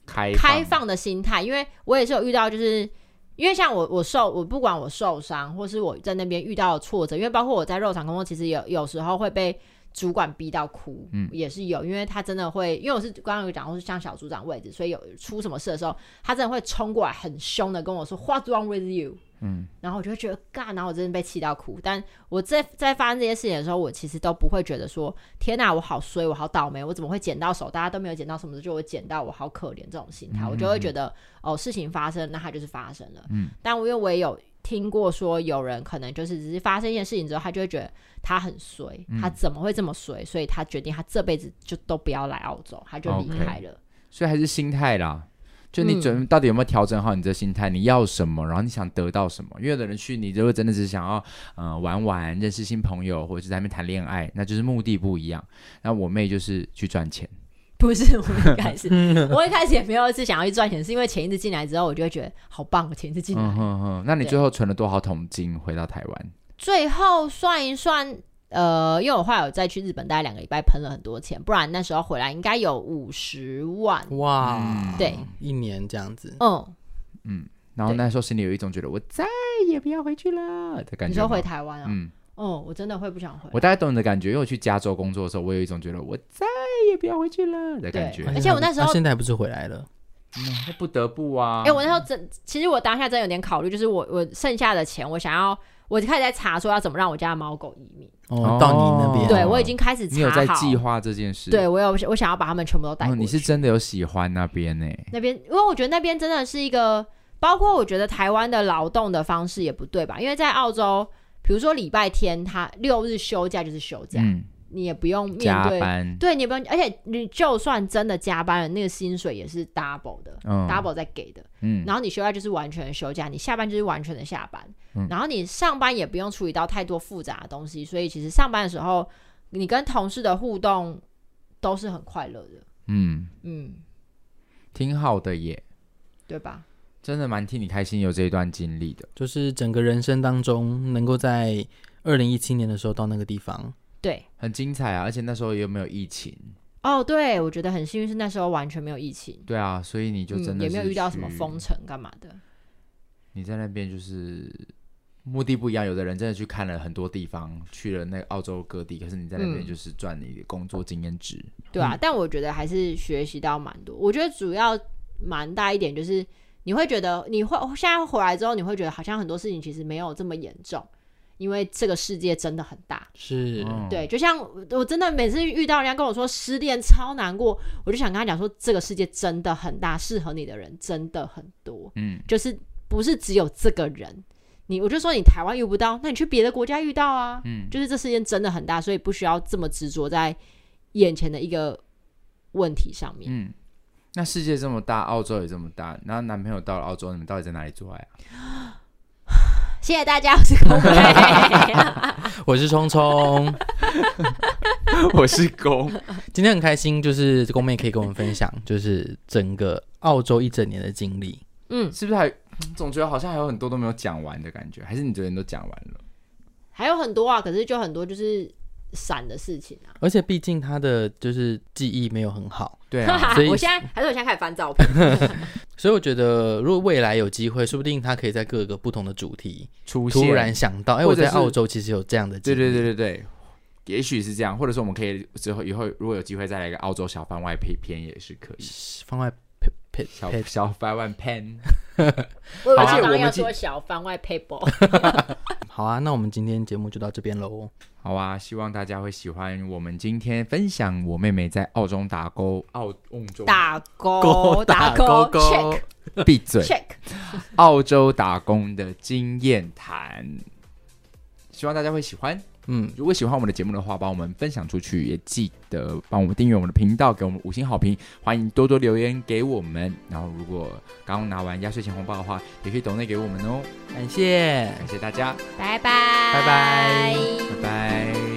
[SPEAKER 2] 开
[SPEAKER 1] 开放的心态，因为我也是有遇到，就是因为像我我受我不管我受伤，或是我在那边遇到的挫折，因为包括我在肉场工作，其实有有时候会被主管逼到哭，
[SPEAKER 2] 嗯
[SPEAKER 1] 也是有，因为他真的会，因为我是刚刚有讲，我是像小组长位置，所以有出什么事的时候，他真的会冲过来很凶的跟我说 What's wrong with you？
[SPEAKER 2] 嗯，
[SPEAKER 1] 然后我就会觉得干，然后我真的被气到哭。但我在在发生这些事情的时候，我其实都不会觉得说天哪、我好衰，我好倒霉，我怎么会捡到手？大家都没有捡到什么，就我捡到，我好可怜这种心态，我就会觉得哦，事情发生，那它就是发生了。
[SPEAKER 2] 嗯，
[SPEAKER 1] 但我因为我也有听过说，有人可能就是只是发生一件事情之后，他就会觉得他很衰，
[SPEAKER 2] 嗯
[SPEAKER 1] 他怎么会这么衰？所以他决定他这辈子就都不要来澳洲，他就离
[SPEAKER 2] OK
[SPEAKER 1] 开了。
[SPEAKER 2] 所以还是心态啦。就你
[SPEAKER 1] 嗯
[SPEAKER 2] 准到底有没有调整好你这心态？你要什么，然后你想得到什么？因为有的人去，你如果真的只是想要，呃，玩玩、认识新朋友，或者是在那边谈恋爱，那就是目的不一样。那我妹就是去赚钱，
[SPEAKER 1] 不是，我一 开始，我一开始也没有是想要去赚钱，是因为前一次进来之后，我就会觉得好棒，我前一次进来。
[SPEAKER 2] 嗯哼哼。那你
[SPEAKER 1] 对
[SPEAKER 2] 最后存了多少桶金回到台湾？
[SPEAKER 1] 最后算一算，呃，因为我后来有再去日本待两个礼拜，喷了很多钱，不然那时候回来应该有五十万。
[SPEAKER 3] 哇，
[SPEAKER 1] 对，
[SPEAKER 3] 嗯一年这样子，
[SPEAKER 1] 嗯，
[SPEAKER 2] 然后
[SPEAKER 1] 对
[SPEAKER 2] 那时候心里有一种觉得我再也不要回去了的感觉吗。
[SPEAKER 1] 你说回台湾啊？
[SPEAKER 2] 嗯，
[SPEAKER 1] 哦，我真的会不想回
[SPEAKER 2] 我。大概懂你的感觉，因为我去加州工作的时候，我有一种觉得我再也不要回去了的感觉
[SPEAKER 1] 对。而且我那时候
[SPEAKER 3] 他啊现在还不是回来了，
[SPEAKER 2] 嗯不得不啊，
[SPEAKER 1] 哎、我那时候真，其实我当下真的有点考虑，就是我我剩下的钱，我想要，我开始在查说要怎么让我家的猫狗移民。
[SPEAKER 2] 哦
[SPEAKER 3] 哦，到你那边，
[SPEAKER 1] 对我已经开始
[SPEAKER 2] 你有
[SPEAKER 1] 查
[SPEAKER 2] 在
[SPEAKER 1] 好，
[SPEAKER 2] 计划这件事。
[SPEAKER 1] 对我有我想要把它们全部都带
[SPEAKER 2] 哦，
[SPEAKER 1] 过去、
[SPEAKER 2] 你是真的有喜欢那边欸呢、
[SPEAKER 1] 那边，因为我觉得那边真的是一个，包括我觉得台湾的劳动的方式也不对吧？因为在澳洲，比如说礼拜天他六日休假就是休假，
[SPEAKER 2] 嗯，
[SPEAKER 1] 你也不用面
[SPEAKER 2] 加
[SPEAKER 1] 对，
[SPEAKER 2] 班，
[SPEAKER 1] 对，你也不用，而且你就算真的加班了，那个薪水也是 double 的、
[SPEAKER 2] 嗯
[SPEAKER 1] d o u b l e 在给的。
[SPEAKER 2] 嗯，
[SPEAKER 1] 然后你休假就是完全的休假，你下班就是完全的下班，
[SPEAKER 2] 嗯
[SPEAKER 1] 然后你上班也不用处理到太多复杂的东西，所以其实上班的时候，你跟同事的互动都是很快乐的，
[SPEAKER 2] 嗯，
[SPEAKER 1] 嗯，
[SPEAKER 2] 挺好的耶，
[SPEAKER 1] 对吧？
[SPEAKER 2] 真的蛮替你开心有这一段经历的。
[SPEAKER 3] 就是整个人生当中能够在二零一七年的时候到那个地方，
[SPEAKER 1] 对，
[SPEAKER 2] 很精彩啊！而且那时候有没有疫情？
[SPEAKER 1] 哦，对，我觉得很幸运是那时候完全没有疫情，
[SPEAKER 2] 对啊，所以你就真
[SPEAKER 1] 嗯、
[SPEAKER 2] 的、
[SPEAKER 1] 也没有遇到什么封，城干嘛的。
[SPEAKER 2] 你在那边就是目的不一样。有的人真的去看了很多地方，去了那个澳洲各地，可是你在那边
[SPEAKER 1] 嗯
[SPEAKER 2] 就是赚你的工作经验值。
[SPEAKER 1] 对啊，但我觉得还是学习到蛮多。我觉得主要蛮大一点就是，你会觉得你会现在回来之后，你会觉得好像很多事情其实没有这么严重，因为这个世界真的很大。
[SPEAKER 3] 是
[SPEAKER 2] 嗯
[SPEAKER 1] 对，就像我我真的每次遇到人家跟我说失恋超难过，我就想跟他讲说，这个世界真的很大，适合你的人真的很多，
[SPEAKER 2] 嗯，
[SPEAKER 1] 就是不是只有这个人。你我就说你台湾遇不到，那你去别的国家遇到啊。
[SPEAKER 2] 嗯
[SPEAKER 1] 就是这世界真的很大，所以不需要这么执着在眼前的一个问题上面。
[SPEAKER 2] 嗯，那世界这么大，澳洲也这么大，然后男朋友到了澳洲，你们到底在哪里做爱啊？
[SPEAKER 1] 谢谢大家，我是龚 伟。
[SPEAKER 3] 我是聪聪，
[SPEAKER 2] 我是公，
[SPEAKER 3] 今天很开心，就是宫妹可以跟我们分享，就是整个澳洲一整年的经历。
[SPEAKER 1] 嗯，
[SPEAKER 2] 是不是还总觉得好像还有很多都没有讲完的感觉？还是你昨天都讲完了？
[SPEAKER 1] 还有很多啊，可是就很多就是闪的事情啊。
[SPEAKER 3] 而且毕竟她的就是记忆没有很好，
[SPEAKER 2] 对啊，
[SPEAKER 3] 所以
[SPEAKER 1] 我现在还是我现在开始 翻照片。
[SPEAKER 3] 所以我觉得如果未来有机会，说不定她可以在各个不同的主题
[SPEAKER 2] 出现
[SPEAKER 3] 突然想到，哎、
[SPEAKER 2] 或
[SPEAKER 3] 我
[SPEAKER 2] 者是
[SPEAKER 3] 在澳洲其实有这样的经
[SPEAKER 2] 对
[SPEAKER 3] 历。
[SPEAKER 2] 对对对对，也许是这样，或者说我们可以之后以后如果有机会再来一个澳洲小番外片片也是可以，
[SPEAKER 3] 番外呸
[SPEAKER 2] 小
[SPEAKER 3] 呸呸，
[SPEAKER 2] 小番外片，
[SPEAKER 1] 我以为
[SPEAKER 2] 好
[SPEAKER 1] 他
[SPEAKER 2] 而且我
[SPEAKER 1] 刚刚
[SPEAKER 2] 们
[SPEAKER 1] 要
[SPEAKER 2] 今
[SPEAKER 1] 说小番外 paper，
[SPEAKER 3] 好啊，那我们今天节目就到这边喽。
[SPEAKER 2] 好啊，希望大家会喜欢我们今天分享我妹妹在澳中打勾澳澳洲
[SPEAKER 1] 打勾打勾
[SPEAKER 3] 勾勾
[SPEAKER 1] ，check
[SPEAKER 2] 闭嘴
[SPEAKER 1] check，
[SPEAKER 2] 澳洲打工的经验谈，希望大家会喜欢。
[SPEAKER 3] 嗯，
[SPEAKER 2] 如果喜欢我们的节目的话，帮我们分享出去，也记得帮我们订阅我们的频道，给我们五星好评，欢迎多多留言给我们。然后，如果刚拿完压岁钱红包的话，也可以抖内给我们哦。
[SPEAKER 3] 感谢。
[SPEAKER 2] 感谢大家，
[SPEAKER 1] 拜拜，
[SPEAKER 3] 拜
[SPEAKER 1] 拜
[SPEAKER 2] 拜拜。